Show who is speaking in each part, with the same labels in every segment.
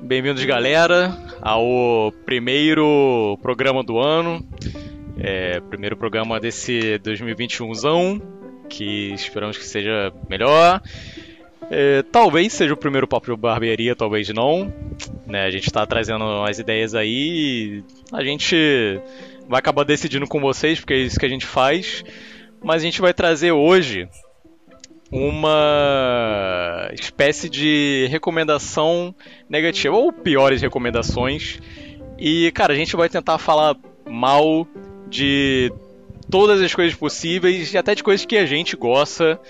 Speaker 1: Bem-vindos, galera, ao primeiro programa do ano. É, primeiro programa desse 2021zão, que esperamos que seja melhor. É, talvez seja o primeiro papo de barbearia, talvez não. Né, a gente está trazendo as ideias aí e a gente vai acabar decidindo com vocês, porque é isso que a gente faz. Mas a gente vai trazer hoje uma espécie de recomendação negativa, ou piores recomendações. E, cara, a gente vai tentar falar mal de todas as coisas possíveis e até de coisas que a gente gosta.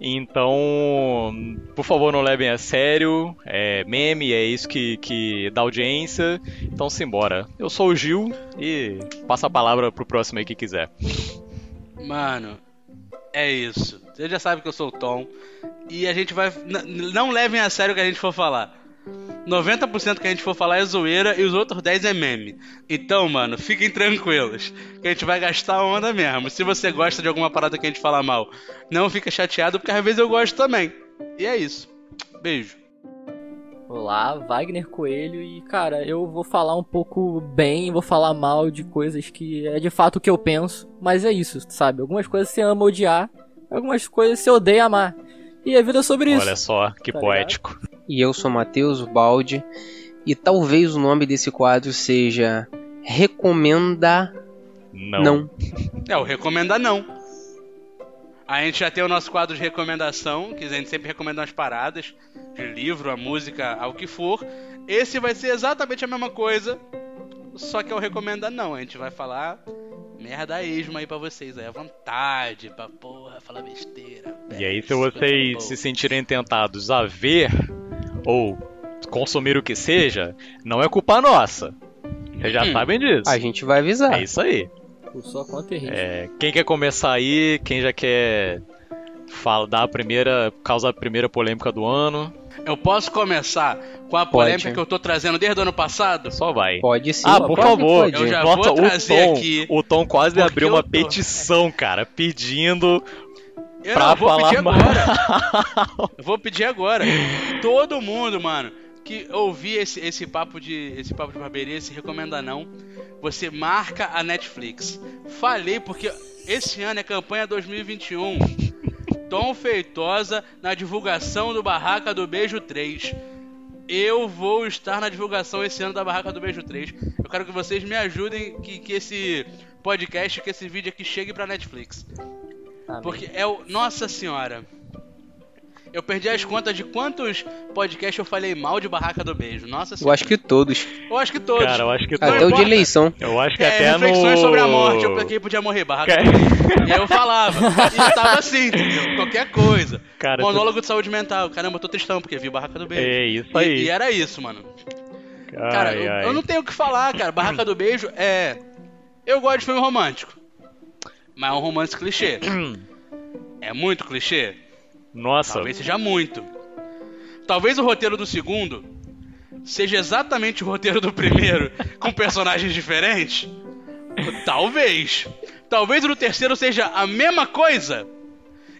Speaker 1: Então, por favor, não levem a sério. É meme, é isso que, que dá audiência. Então, simbora. Eu sou o Gil e passa a palavra pro próximo aí que quiser.
Speaker 2: Mano, é isso. Você já sabe que eu sou o Tom. E a gente vai. N- Não levem a sério o que a gente for falar. 90% que a gente for falar é zoeira e os outros 10 é meme. Então, mano, fiquem tranquilos. Que a gente vai gastar a onda mesmo. Se você gosta de alguma parada que a gente fala mal, não fica chateado, porque às vezes eu gosto também. E é isso. Beijo.
Speaker 3: Olá, Wagner Coelho e cara, eu vou falar um pouco bem, vou falar mal de coisas que é de fato o que eu penso, mas é isso, sabe? Algumas coisas você ama odiar, algumas coisas você odeia amar. E a vida é sobre isso.
Speaker 1: Olha só, que
Speaker 3: Tá
Speaker 1: poético.
Speaker 4: E eu sou Matheus Balde. E talvez o nome desse quadro seja Recomenda
Speaker 1: Não.
Speaker 4: Não.
Speaker 2: É, o recomenda não. A gente já tem o nosso quadro de recomendação, que a gente sempre recomenda umas paradas, de livro, a música, ao que for. Esse vai ser exatamente a mesma coisa, só que é o recomenda não. A gente vai falar merda esma aí pra vocês, aí à vontade, pra porra, falar besteira.
Speaker 1: E aí, se
Speaker 2: bebe, coisa
Speaker 1: vocês
Speaker 2: boa.
Speaker 1: se sentirem tentados a ver ou consumir o que seja, não é culpa nossa. Vocês já
Speaker 2: Hum.
Speaker 1: sabem disso.
Speaker 4: A gente vai
Speaker 2: tá.
Speaker 4: avisar.
Speaker 1: É isso aí.
Speaker 3: Por sua conta e risco.
Speaker 1: É, quem quer começar aí, quem já quer fala, dar a primeira. causar a primeira polêmica do ano,
Speaker 2: Eu posso começar com a
Speaker 4: Pode.
Speaker 2: polêmica que eu tô trazendo desde o ano passado?
Speaker 1: só vai.
Speaker 4: Pode sim.
Speaker 1: ah,
Speaker 4: pode,
Speaker 1: por favor,
Speaker 4: pode.
Speaker 2: Eu já
Speaker 1: nossa,
Speaker 2: vou
Speaker 1: o
Speaker 2: trazer
Speaker 1: Tom,
Speaker 2: aqui,
Speaker 1: o Tom quase
Speaker 2: porque
Speaker 1: abriu
Speaker 2: eu
Speaker 1: uma
Speaker 2: tô-
Speaker 1: petição, cara, pedindo
Speaker 2: Eu
Speaker 1: pra
Speaker 2: não, vou
Speaker 1: falar
Speaker 2: pedir
Speaker 1: mal.
Speaker 2: agora. Eu Vou pedir agora. Todo mundo, mano, que ouvir esse, esse papo de esse papo de barbearia, se recomenda não, você marca a Netflix. Falei porque esse ano é campanha 2021. Tom Feitosa na divulgação do Barraca do Beijo 3. Eu vou estar na divulgação esse ano da Barraca do Beijo 3. Eu quero que vocês me ajudem que, que esse podcast, que esse vídeo aqui chegue pra Netflix.
Speaker 3: Amém.
Speaker 2: Porque é o. Nossa senhora. Eu perdi as contas de quantos podcasts eu falei mal de Barraca do Beijo. Nossa
Speaker 4: Eu
Speaker 2: senhora.
Speaker 4: acho que todos.
Speaker 2: Eu acho que todos.
Speaker 1: Cara, eu acho que tá
Speaker 2: Não
Speaker 4: Até o de
Speaker 2: importa.
Speaker 4: eleição.
Speaker 1: Eu acho que
Speaker 2: é,
Speaker 1: até no...
Speaker 2: reflexões sobre a morte. Eu quem podia morrer, Barraca do
Speaker 1: Cara,
Speaker 2: Beijo. E aí eu falava. e tava assim, entendeu? Qualquer coisa.
Speaker 1: cara, tu-
Speaker 2: Monólogo de saúde mental. Caramba, eu tô tristão porque vi Barraca do Beijo.
Speaker 1: é isso
Speaker 2: E,
Speaker 1: aí.
Speaker 2: e era isso, mano. Cara,
Speaker 1: Ai,
Speaker 2: eu,
Speaker 1: ai.
Speaker 2: eu não tenho o que falar, cara. Barraca do Beijo é. Eu gosto de filme romântico. Mas é um romance clichê. é muito clichê?
Speaker 1: Nossa,
Speaker 2: Talvez seja muito. Talvez o roteiro do segundo seja exatamente o roteiro do primeiro, com personagens diferentes. Talvez. Talvez o do terceiro seja a mesma coisa.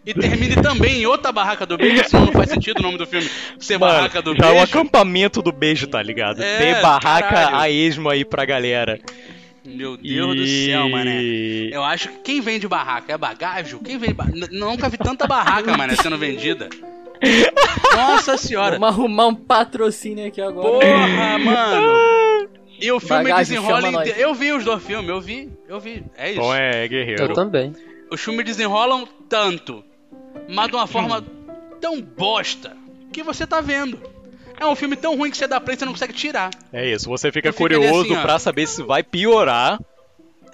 Speaker 2: E termine também em outra barraca do beijo, senão não faz sentido o nome do filme ser
Speaker 1: mano,
Speaker 2: barraca do
Speaker 1: já é o
Speaker 2: beijo.
Speaker 1: acampamento do beijo, tá ligado?
Speaker 2: É,
Speaker 1: Tem barraca
Speaker 2: caralho.
Speaker 1: a esmo aí pra galera.
Speaker 2: Meu Deus
Speaker 1: E-
Speaker 2: do céu, mané. Eu acho que quem vende barraca é bagágio? Quem vende ba... N- Nunca vi tanta barraca, mané, sendo vendida. Nossa senhora.
Speaker 3: Vamos arrumar um patrocínio aqui agora.
Speaker 2: Porra, mano! E o filme
Speaker 3: Bagagem,
Speaker 2: desenrola
Speaker 3: chama
Speaker 2: em...
Speaker 3: nós.
Speaker 2: Eu vi os dois filmes, eu vi, eu vi. É isso.
Speaker 1: Então é
Speaker 4: Eu
Speaker 1: guerreiro.
Speaker 4: também.
Speaker 2: Os filmes desenrolam tanto, mas de uma forma tão bosta que você tá vendo. É um filme tão ruim que você dá play e você não consegue tirar.
Speaker 1: É isso, você fica
Speaker 2: Eu fico ali
Speaker 1: curioso
Speaker 2: assim, ó.
Speaker 1: pra saber se vai piorar.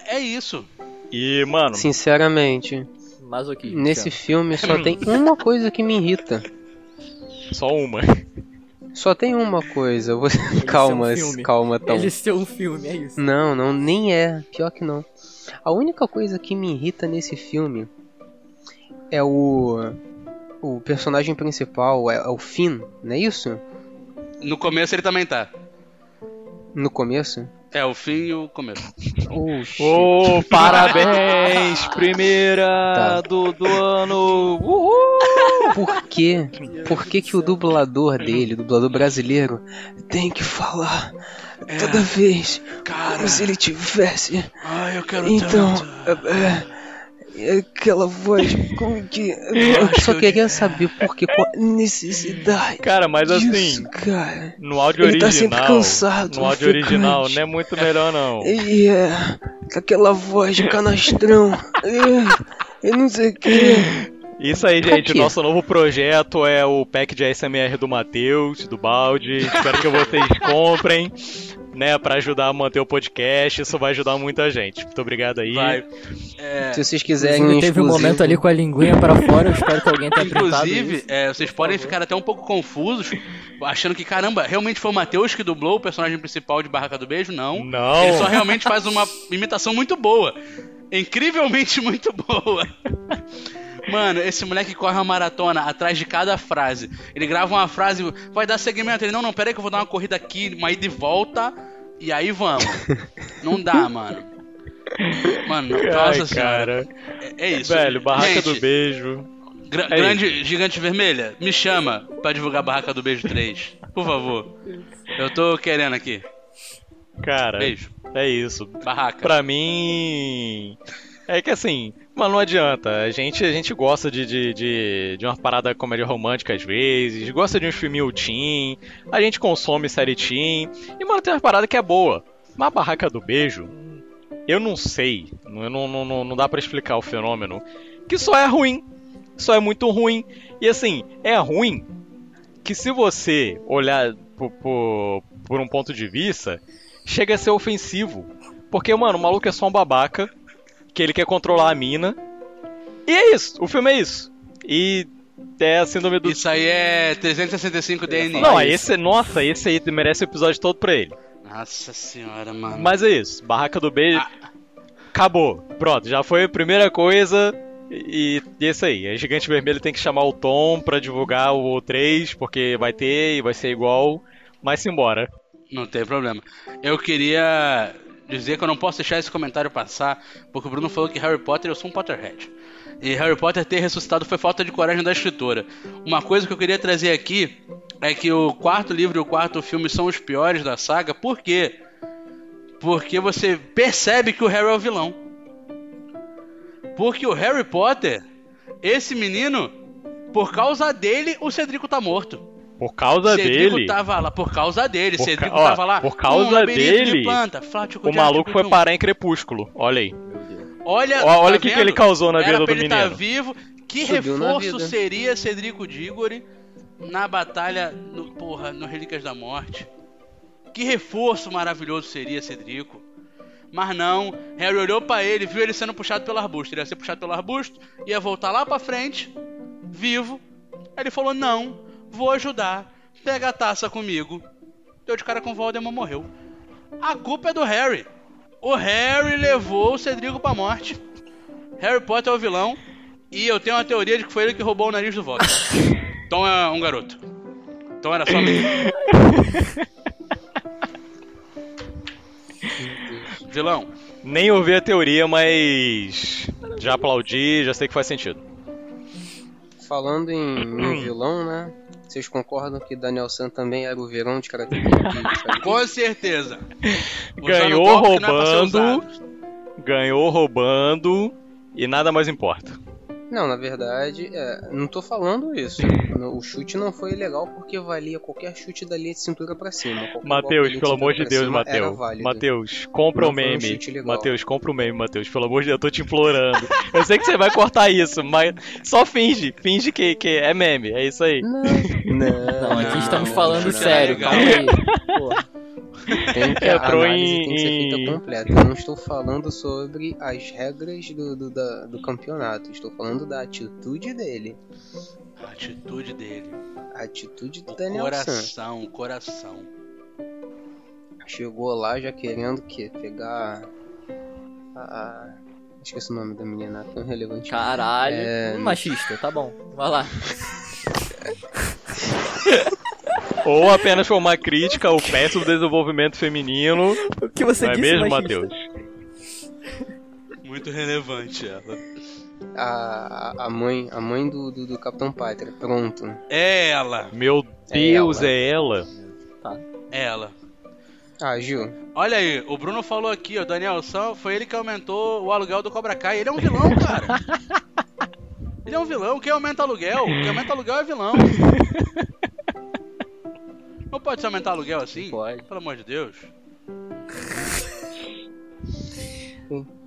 Speaker 2: É isso.
Speaker 1: E, mano,
Speaker 4: Sinceramente,
Speaker 3: Mas o que?
Speaker 4: nesse filme só tem uma coisa que me irrita.
Speaker 1: só uma.
Speaker 4: Só tem uma coisa. Você-
Speaker 3: Ele
Speaker 4: Calma,
Speaker 3: ser um filme.
Speaker 4: calma, Tom.
Speaker 3: Ele ser um filme, é isso.
Speaker 4: Não, não, nem é. Pior que não. A única coisa que me irrita nesse filme é o. O personagem principal, é, é o Finn, não é isso?
Speaker 2: No começo ele também tá.
Speaker 4: No começo?
Speaker 2: É o fim e o começo.
Speaker 4: Oh, shit.
Speaker 1: Ô, parabéns! Primeira
Speaker 4: Tá.
Speaker 1: do, do ano! Uhul!
Speaker 4: Por quê? Por que, que o dublador dele, o dublador brasileiro, tem que falar toda vez
Speaker 2: Cara,
Speaker 4: como se ele tivesse
Speaker 2: ai, eu quero
Speaker 4: Então,
Speaker 2: tanto.
Speaker 4: é, é, é aquela voz como que. Eu
Speaker 2: acho
Speaker 4: só
Speaker 2: que-
Speaker 4: queria saber por que, qual a necessidade.
Speaker 1: Cara, mas
Speaker 4: disso,
Speaker 1: assim,
Speaker 4: cara.
Speaker 1: no áudio
Speaker 4: Ele tá
Speaker 1: original.
Speaker 4: sempre cansado.
Speaker 1: no áudio original
Speaker 4: ofegante.
Speaker 1: não é muito melhor, não.
Speaker 4: Ele é. Com aquela voz de canastrão. É, Eu não sei o que.
Speaker 1: Isso aí,
Speaker 4: Pra
Speaker 1: gente.
Speaker 4: quê?
Speaker 1: Nosso novo projeto é o pack de ASMR do Matheus, do Balde. Espero que vocês comprem, né? Pra ajudar a manter o podcast. Isso vai ajudar muita gente. Muito obrigado aí.
Speaker 2: Vai. É,
Speaker 4: Se vocês quiserem.
Speaker 3: Inclusive, teve um
Speaker 4: exclusivo-
Speaker 3: momento ali com a linguinha pra fora, eu espero que alguém tenha printado
Speaker 2: Inclusive,
Speaker 3: Tá isso.
Speaker 2: é, vocês podem ficar até um pouco confusos, achando que, caramba, realmente foi o Matheus que dublou o personagem principal de Barraca do Beijo? Não.
Speaker 1: Não.
Speaker 2: Ele só realmente faz uma imitação muito boa. Incrivelmente muito boa. Mano, esse moleque corre uma maratona atrás de cada frase. Ele grava uma frase, vai dar segmento. Ele, não, não, peraí que eu vou dar uma corrida aqui, uma ida e volta, e aí vamos. não dá, mano. Mano, nossa
Speaker 1: Ai,
Speaker 2: senhora.
Speaker 1: cara.
Speaker 2: É, é isso.
Speaker 1: Velho, barraca
Speaker 2: Gente,
Speaker 1: do beijo.
Speaker 2: Gra-
Speaker 1: É
Speaker 2: grande Gigante Vermelha, me chama pra divulgar a Barraca do Beijo 3. Por favor. Eu tô querendo aqui.
Speaker 1: Cara,
Speaker 2: Beijo.
Speaker 1: é isso.
Speaker 2: Barraca.
Speaker 1: Pra mim. É que assim, mas não adianta. A gente, a gente gosta de, de, de, de uma parada comédia romântica às vezes, gosta de uns filminhos teen, a gente consome série teen, e mano, tem uma parada que é boa. Mas a Barraca do Beijo, eu não sei, não, não, não- não, não dá pra explicar o fenômeno, que só é ruim. Só é muito ruim. E assim, é ruim que se você olhar por, por, por um ponto de vista, chega a ser ofensivo. Porque, mano, o maluco é só um babaca, que ele quer controlar a mina. E é isso, o filme é isso. E é a síndrome do.
Speaker 2: Isso aí é 365 DNA.
Speaker 1: Não, é esse, nossa, esse aí merece o episódio todo pra ele.
Speaker 2: Nossa senhora, mano.
Speaker 1: Mas é isso, Barraca do Beijo.
Speaker 2: Ah.
Speaker 1: Acabou, pronto, já foi a primeira coisa. E, e é isso aí, a Gigante Vermelho tem que chamar o Tom pra divulgar o 3, porque vai ter e vai ser igual. Mas simbora.
Speaker 2: Não tem problema. Eu queria dizer que eu não posso deixar esse comentário passar, porque o Bruno falou que Harry Potter, eu sou um Potterhead. E Harry Potter ter ressuscitado foi falta de coragem da escritora. Uma coisa que eu queria trazer aqui é que o quarto livro e o quarto filme são os piores da saga, por quê? Porque você percebe que o Harry é o vilão. Porque o Harry Potter, esse menino, por causa dele, o Cedrico tá morto.
Speaker 1: Por causa
Speaker 2: Cedrico
Speaker 1: dele,
Speaker 2: tava lá por causa dele.
Speaker 1: Por
Speaker 2: Cedrico
Speaker 1: ca- ó,
Speaker 2: tava lá.
Speaker 1: por causa
Speaker 2: labirinto de um?
Speaker 1: dele,
Speaker 2: planta, flá, tchucu,
Speaker 1: o
Speaker 2: tchá,
Speaker 1: maluco
Speaker 2: tchucu,
Speaker 1: foi
Speaker 2: tchum.
Speaker 1: parar em Crepúsculo. Olha aí.
Speaker 2: Olha,
Speaker 1: Ó, olha
Speaker 2: tá
Speaker 1: o que, que
Speaker 2: vendo?
Speaker 1: ele causou na
Speaker 2: Era
Speaker 1: vida do
Speaker 2: pra ele tá
Speaker 1: menino.
Speaker 2: vivo. Que
Speaker 4: Subiu na
Speaker 2: reforço
Speaker 4: vida.
Speaker 2: seria Cedrico Diggory na batalha no, porra, no Relíquias da Morte? Que reforço maravilhoso seria Cedrico. Mas não, Harry olhou pra ele, viu ele sendo puxado pelo arbusto. Ele ia ser puxado pelo arbusto, ia voltar lá pra frente, vivo. Aí ele falou: Não, vou ajudar, pega a taça comigo. Deu de cara com o Voldemort, morreu. A culpa é do Harry. O Harry levou o Cedrico pra morte. Harry Potter é o vilão. E eu tenho uma teoria de que foi ele que roubou o nariz do Voldemort. Tom é um garoto. Tom era só menino. Vilão.
Speaker 1: Nem ouvi a teoria, mas. Já aplaudi, já sei que faz sentido.
Speaker 4: Falando em em vilão, né? Vocês concordam que Daniel San também era o vilão de Karate
Speaker 2: Com certeza. tá Usando
Speaker 1: Ganhou
Speaker 2: golpe que não é pra ser
Speaker 1: roubando.
Speaker 2: usado.
Speaker 1: Ganhou roubando e nada mais importa.
Speaker 4: Não, na verdade, é, não tô falando isso. No- O chute não foi ilegal porque valia qualquer chute da linha de cintura pra cima. qualquer golpe da
Speaker 1: Matheus,
Speaker 4: linha de
Speaker 1: pelo amor de
Speaker 4: cintura pra
Speaker 1: Deus,
Speaker 4: cima era
Speaker 1: Matheus.
Speaker 4: válido.
Speaker 1: Matheus, compra o
Speaker 4: Não foi um
Speaker 1: meme.
Speaker 4: chute legal.
Speaker 1: Matheus, compra o meme, Matheus. Pelo amor de Deus, eu tô te implorando. eu sei que você vai cortar isso, mas só finge. Finge que, que é meme, é isso aí.
Speaker 4: Não,
Speaker 3: Não, aqui
Speaker 2: Não,
Speaker 3: estamos
Speaker 2: Ah, não,
Speaker 3: falando
Speaker 2: não,
Speaker 3: sério,
Speaker 2: não.
Speaker 3: calma aí. Pô,
Speaker 4: Tem que, a
Speaker 1: É, Entrou
Speaker 4: análise
Speaker 1: em-
Speaker 4: tem que ser
Speaker 1: em-
Speaker 4: feita completa. Eu não estou falando sobre as regras do, do, da- do campeonato. Estou falando da atitude dele.
Speaker 2: A atitude dele.
Speaker 4: A atitude do
Speaker 2: O
Speaker 4: Daniel San.
Speaker 2: coração, o coração.
Speaker 4: Chegou lá já querendo que pegar a... a- Esqueci o nome da menina, tão relevante.
Speaker 2: Tá.
Speaker 3: caralho.
Speaker 4: É.
Speaker 3: Hum, Machista, tá bom. Vai lá.
Speaker 1: Ou apenas foi uma crítica ao péssimo desenvolvimento feminino.
Speaker 3: O que você
Speaker 1: não é
Speaker 3: disse,
Speaker 1: mesmo,
Speaker 3: machista?
Speaker 1: Matheus?
Speaker 2: Muito relevante ela.
Speaker 4: A, a mãe, a mãe do, do, do Capitão Pátria. Pronto.
Speaker 2: É ela.
Speaker 1: Meu Deus, é ela?
Speaker 2: É ela.
Speaker 4: Ah, Gil.
Speaker 2: Olha aí, o Bruno falou aqui, ó, Daniel Sam, foi ele que aumentou o aluguel do Cobra Kai. Ele é um vilão, cara. Ele é um vilão. Quem aumenta aluguel? Quem aumenta aluguel é vilão. Não pode se aumentar aluguel assim?
Speaker 3: Pode.
Speaker 2: Pelo amor de Deus.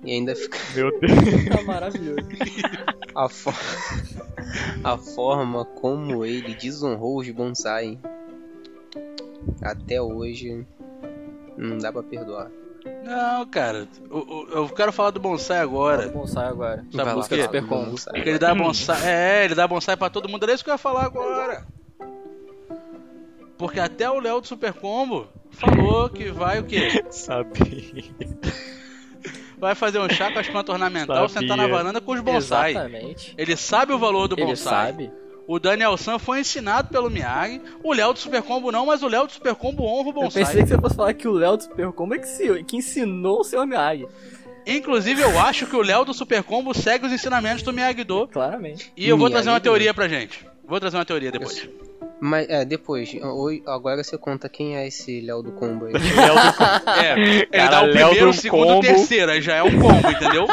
Speaker 4: E ainda fica
Speaker 1: Meu Deus.
Speaker 3: Tá maravilhoso.
Speaker 4: a, fo- a forma como ele desonrou os bonsai. Até hoje. Não dá pra perdoar.
Speaker 2: Não, cara. o- o- eu quero falar do bonsai agora.
Speaker 3: Bonsai Tá agora.
Speaker 4: Vai
Speaker 3: Da
Speaker 4: lá,
Speaker 2: é
Speaker 3: música do
Speaker 4: fala
Speaker 3: Super
Speaker 4: do
Speaker 3: Combo.
Speaker 4: bonsai.
Speaker 2: Porque ele dá bonsai. É, ele dá bonsai pra todo mundo. Era isso que eu ia falar agora. Porque até o Léo do Super Combo falou que vai o quê?
Speaker 1: Sabia.
Speaker 2: Vai fazer um chá com as plantas ornamental,
Speaker 1: Sabia.
Speaker 2: sentar na varanda com os bonsai.
Speaker 3: Exatamente.
Speaker 2: Ele sabe o valor do
Speaker 3: Ele
Speaker 2: bonsai.
Speaker 3: sabe.
Speaker 2: O Daniel San foi ensinado pelo Miyagi. O Léo do Super Combo não, mas o Léo do Super Combo honra o
Speaker 3: Eu
Speaker 2: bonsai.
Speaker 3: pensei que você fosse falar que o Léo do Super Combo é que, se, que ensinou o seu Miyagi.
Speaker 2: Inclusive, eu acho que o Léo do Super Combo segue os ensinamentos do Miyagi-Do.
Speaker 3: Claramente.
Speaker 2: E eu vou
Speaker 1: é
Speaker 2: trazer uma
Speaker 4: Miyagi-Do.
Speaker 2: teoria pra gente. Vou trazer uma teoria depois.
Speaker 4: Mas é, depois, hoje, agora você conta quem é esse Léo do Combo aí.
Speaker 1: Léo do-
Speaker 2: É, ele
Speaker 1: Cara,
Speaker 2: dá o
Speaker 1: Léo
Speaker 2: primeiro,
Speaker 1: do
Speaker 2: o segundo, o
Speaker 1: combo.
Speaker 2: terceiro, aí já é um combo, entendeu?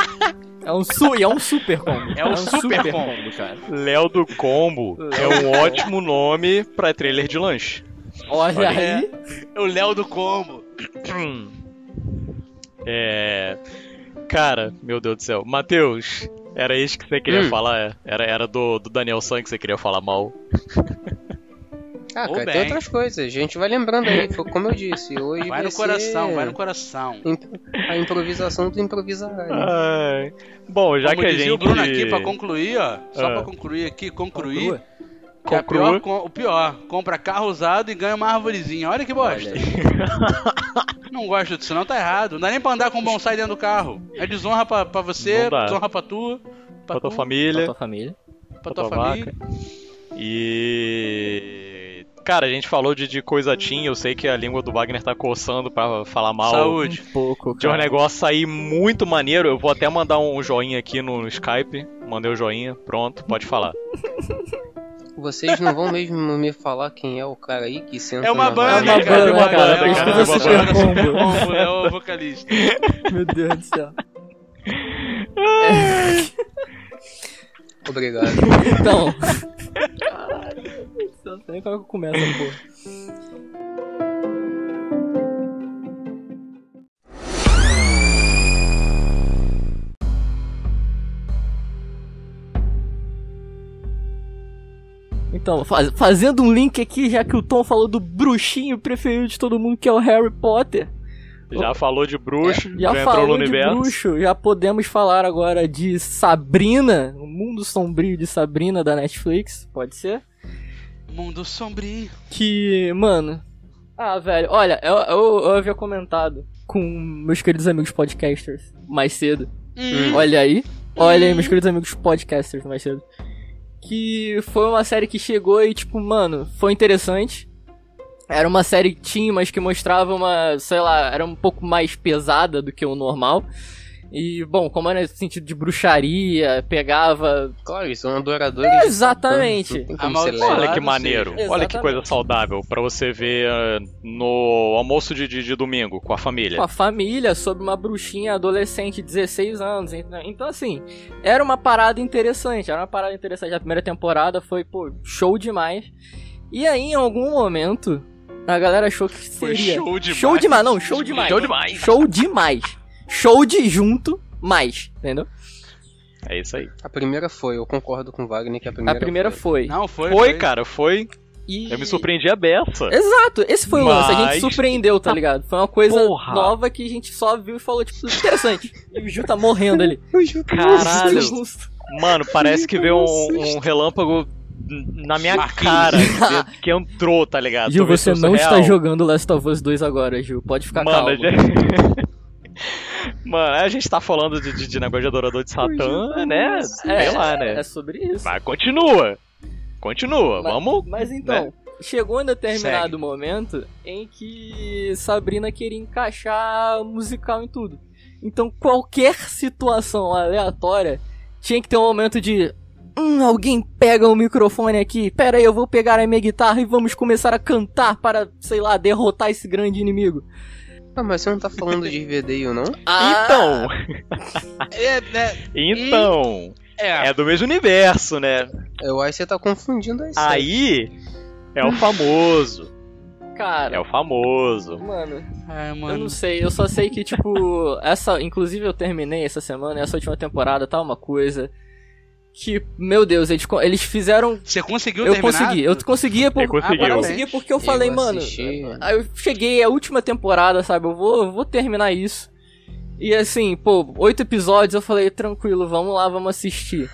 Speaker 3: É um, su, e é um Super Combo.
Speaker 2: É um super combo.
Speaker 3: cara.
Speaker 1: Léo do Combo é um ótimo nome pra trailer de lanche.
Speaker 3: Olha,
Speaker 1: Olha
Speaker 3: aí.
Speaker 2: É O Léo do combo.
Speaker 1: É. Cara, meu Deus do céu. Matheus, era isso que você queria
Speaker 4: Hum.
Speaker 1: falar? é? Era, era do, do Daniel San que você queria falar mal.
Speaker 4: Ah,
Speaker 2: Ou
Speaker 4: cara,
Speaker 2: bem.
Speaker 4: tem outras coisas. A gente vai lembrando aí, foi como eu disse, hoje
Speaker 2: Vai
Speaker 4: vai
Speaker 2: no
Speaker 4: ser
Speaker 2: coração, vai no coração.
Speaker 4: imp- a improvisação do improvisar.
Speaker 1: Ai. Bom, já
Speaker 2: Como
Speaker 1: que a
Speaker 2: dizia
Speaker 1: gente.
Speaker 2: o Bruno aqui pra concluir, ó. Só
Speaker 1: Ah.
Speaker 2: pra concluir aqui, concluir.
Speaker 3: Crua.
Speaker 2: que é a
Speaker 1: Conclua.
Speaker 2: pior co- o pior, compra carro usado e ganha uma arvorezinha. Olha que bosta.
Speaker 3: Olha aí.
Speaker 2: Não gosto disso, não, tá errado. Não dá nem pra andar com um bonsai dentro do carro. É desonra pra, pra você,
Speaker 1: Não dá.
Speaker 2: desonra pra tu, pra,
Speaker 1: pra tua
Speaker 2: tu,
Speaker 3: Pra
Speaker 1: família.
Speaker 3: tua família.
Speaker 2: pra tua
Speaker 1: pra tua
Speaker 2: família.
Speaker 1: E. Cara, a gente falou de, de coisa teen, eu sei que a língua do Wagner tá coçando pra falar mal.
Speaker 2: Saúde.
Speaker 3: Um pouco,
Speaker 1: De um
Speaker 3: cara.
Speaker 1: negócio aí muito maneiro, eu vou até mandar um joinha aqui no Skype. Mandei o joinha, pronto, pode falar.
Speaker 4: Vocês não vão mesmo me falar quem é o cara aí que senta
Speaker 2: É uma
Speaker 4: na
Speaker 2: banda,
Speaker 4: varanda?
Speaker 3: banda,
Speaker 2: cara. É uma
Speaker 1: cara,
Speaker 2: banda,
Speaker 1: pesquisa
Speaker 2: é uma
Speaker 1: Super
Speaker 2: banda,
Speaker 3: Combo.
Speaker 2: Super Combo, é o vocalista.
Speaker 3: Meu Deus do céu.
Speaker 4: Obrigado.
Speaker 3: Então. Caralho, não sei nem como é que eu começo, pô. Então, faz- fazendo um link aqui, já que o Tom falou do bruxinho preferido de todo mundo, que é o Harry Potter.
Speaker 1: Já falou de bruxo,
Speaker 3: Já
Speaker 1: já, entrou no
Speaker 3: falou de
Speaker 1: universo.
Speaker 3: bruxo, já podemos falar agora de Sabrina, o mundo sombrio de Sabrina da Netflix, pode ser?
Speaker 2: Mundo sombrio.
Speaker 3: Que, mano. Ah, velho, olha, eu, eu, eu havia comentado com meus queridos amigos podcasters mais cedo.
Speaker 2: Hum.
Speaker 3: Olha aí, olha aí, meus queridos amigos podcasters mais cedo. Que foi uma série que chegou e, tipo, mano, foi interessante. Era uma série teen, mas que mostrava uma, sei lá, era um pouco mais pesada do que o normal. E, bom, como era nesse sentido de bruxaria, pegava.
Speaker 4: Claro, eles são adoradores.
Speaker 3: Exatamente!
Speaker 4: Não tem como
Speaker 2: A
Speaker 4: ser
Speaker 2: maldição. é
Speaker 4: leve.
Speaker 1: Olha que
Speaker 2: Claro,
Speaker 1: maneiro,
Speaker 3: sim.
Speaker 1: olha que
Speaker 3: Exatamente.
Speaker 1: coisa saudável pra você ver eh, no almoço de, de, de domingo com a família.
Speaker 3: Com a família, sobre uma bruxinha adolescente de 16 anos. ent- Então, assim, era uma parada interessante. Era uma parada interessante. A primeira temporada foi, pô, show demais. E aí, em algum momento, a galera achou que
Speaker 2: Foi
Speaker 3: seria.
Speaker 2: show demais.
Speaker 3: Show demais, não, show demais.
Speaker 1: Show demais.
Speaker 3: Show demais. Show de junto, mais, entendeu?
Speaker 1: É isso aí.
Speaker 4: A primeira foi, eu concordo com o Wagner que a
Speaker 3: A
Speaker 4: primeira,
Speaker 3: primeira foi.
Speaker 4: foi.
Speaker 2: Não, foi.
Speaker 1: Foi, cara, foi.
Speaker 3: E-
Speaker 1: Eu me surpreendi a beça.
Speaker 3: Exato, esse foi o lance, a gente
Speaker 1: Mas-
Speaker 3: surpreendeu, tá ligado? Foi uma coisa
Speaker 1: Porra.
Speaker 3: nova que a gente só viu e falou, tipo, interessante. e o Ju tá morrendo ali.
Speaker 1: Caralho.
Speaker 3: Justo.
Speaker 1: Mano, parece que veio um, um relâmpago na minha
Speaker 2: Marquinhos.
Speaker 1: cara que- que entrou, tá ligado?
Speaker 3: Gil,
Speaker 1: Tu vê se
Speaker 3: você
Speaker 1: eu sou
Speaker 3: não está
Speaker 1: real.
Speaker 3: jogando Last of Us 2 agora, Gil. Pode ficar
Speaker 1: Mano,
Speaker 3: calmo.
Speaker 1: a gente... Mano, a gente tá falando de, de, de negócio de adorador de Satã, né? Sei lá, né?
Speaker 3: É sobre isso.
Speaker 1: Mas continua. Continua,
Speaker 3: Mas-
Speaker 1: vamos. né?
Speaker 3: Mas então, Chegou um determinado
Speaker 1: Segue.
Speaker 3: momento em que Sabrina queria encaixar musical em tudo. Então qualquer situação aleatória tinha que ter um momento de. Hum, alguém pega o microfone aqui. Pera aí, eu vou pegar a minha guitarra e vamos começar a cantar para, sei lá, derrotar esse grande inimigo.
Speaker 4: Ah, mas você não tá falando de Riverdale, não?
Speaker 3: Ah,
Speaker 1: Então,
Speaker 2: É, né?
Speaker 1: então,
Speaker 2: É.
Speaker 1: é do mesmo universo, né?
Speaker 4: Eu acho que você tá confundindo aí.
Speaker 1: Aí é o famoso, é
Speaker 3: Cara,
Speaker 1: o famoso.
Speaker 3: mano,
Speaker 2: Ai,
Speaker 3: eu não
Speaker 2: mano.
Speaker 3: sei, eu só sei que, tipo, essa. Inclusive eu terminei essa semana, essa última temporada tá uma coisa. Que, meu Deus, eles, co- eles fizeram.
Speaker 2: Você conseguiu
Speaker 3: Eu
Speaker 2: terminar?
Speaker 3: consegui, eu conseguia por.
Speaker 1: Ele conseguiu.
Speaker 2: parabéns.
Speaker 3: consegui porque eu falei, mano.
Speaker 4: assisti.
Speaker 1: é,
Speaker 3: Aí eu cheguei à última temporada, sabe? Eu vou, eu vou terminar isso. E assim, pô, oito episódios, eu falei, tranquilo, vamos lá, vamos assistir.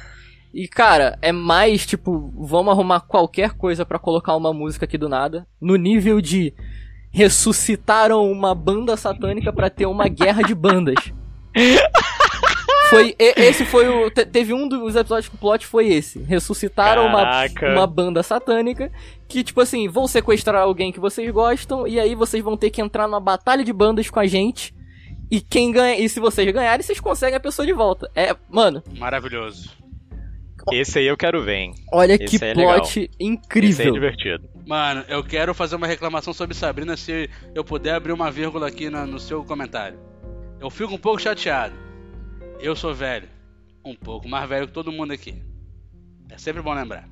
Speaker 3: E cara, é mais tipo, vamos arrumar qualquer coisa pra colocar uma música aqui do nada, no nível de ressuscitaram uma banda satânica pra ter uma guerra de bandas. Foi e- esse foi o te- teve um dos episódios que o plot foi esse. Ressuscitaram uma
Speaker 1: Caraca.
Speaker 3: uma banda satânica que, tipo assim, vão sequestrar alguém que vocês gostam e aí vocês vão ter que entrar numa batalha de bandas com a gente. E quem ganha, e se vocês ganharem, vocês conseguem a pessoa de volta. É, mano,
Speaker 2: Maravilhoso.
Speaker 1: Esse aí eu quero ver, hein?
Speaker 3: olha
Speaker 1: Esse
Speaker 3: que
Speaker 1: aí é legal.
Speaker 3: plot
Speaker 1: Esse aí é
Speaker 3: incrível.
Speaker 1: divertido.
Speaker 2: Mano, eu quero fazer uma reclamação sobre Sabrina se eu puder abrir uma vírgula aqui na- no seu comentário. Eu fico um pouco chateado. Eu sou velho. Um pouco mais velho que todo mundo aqui. É sempre bom lembrar.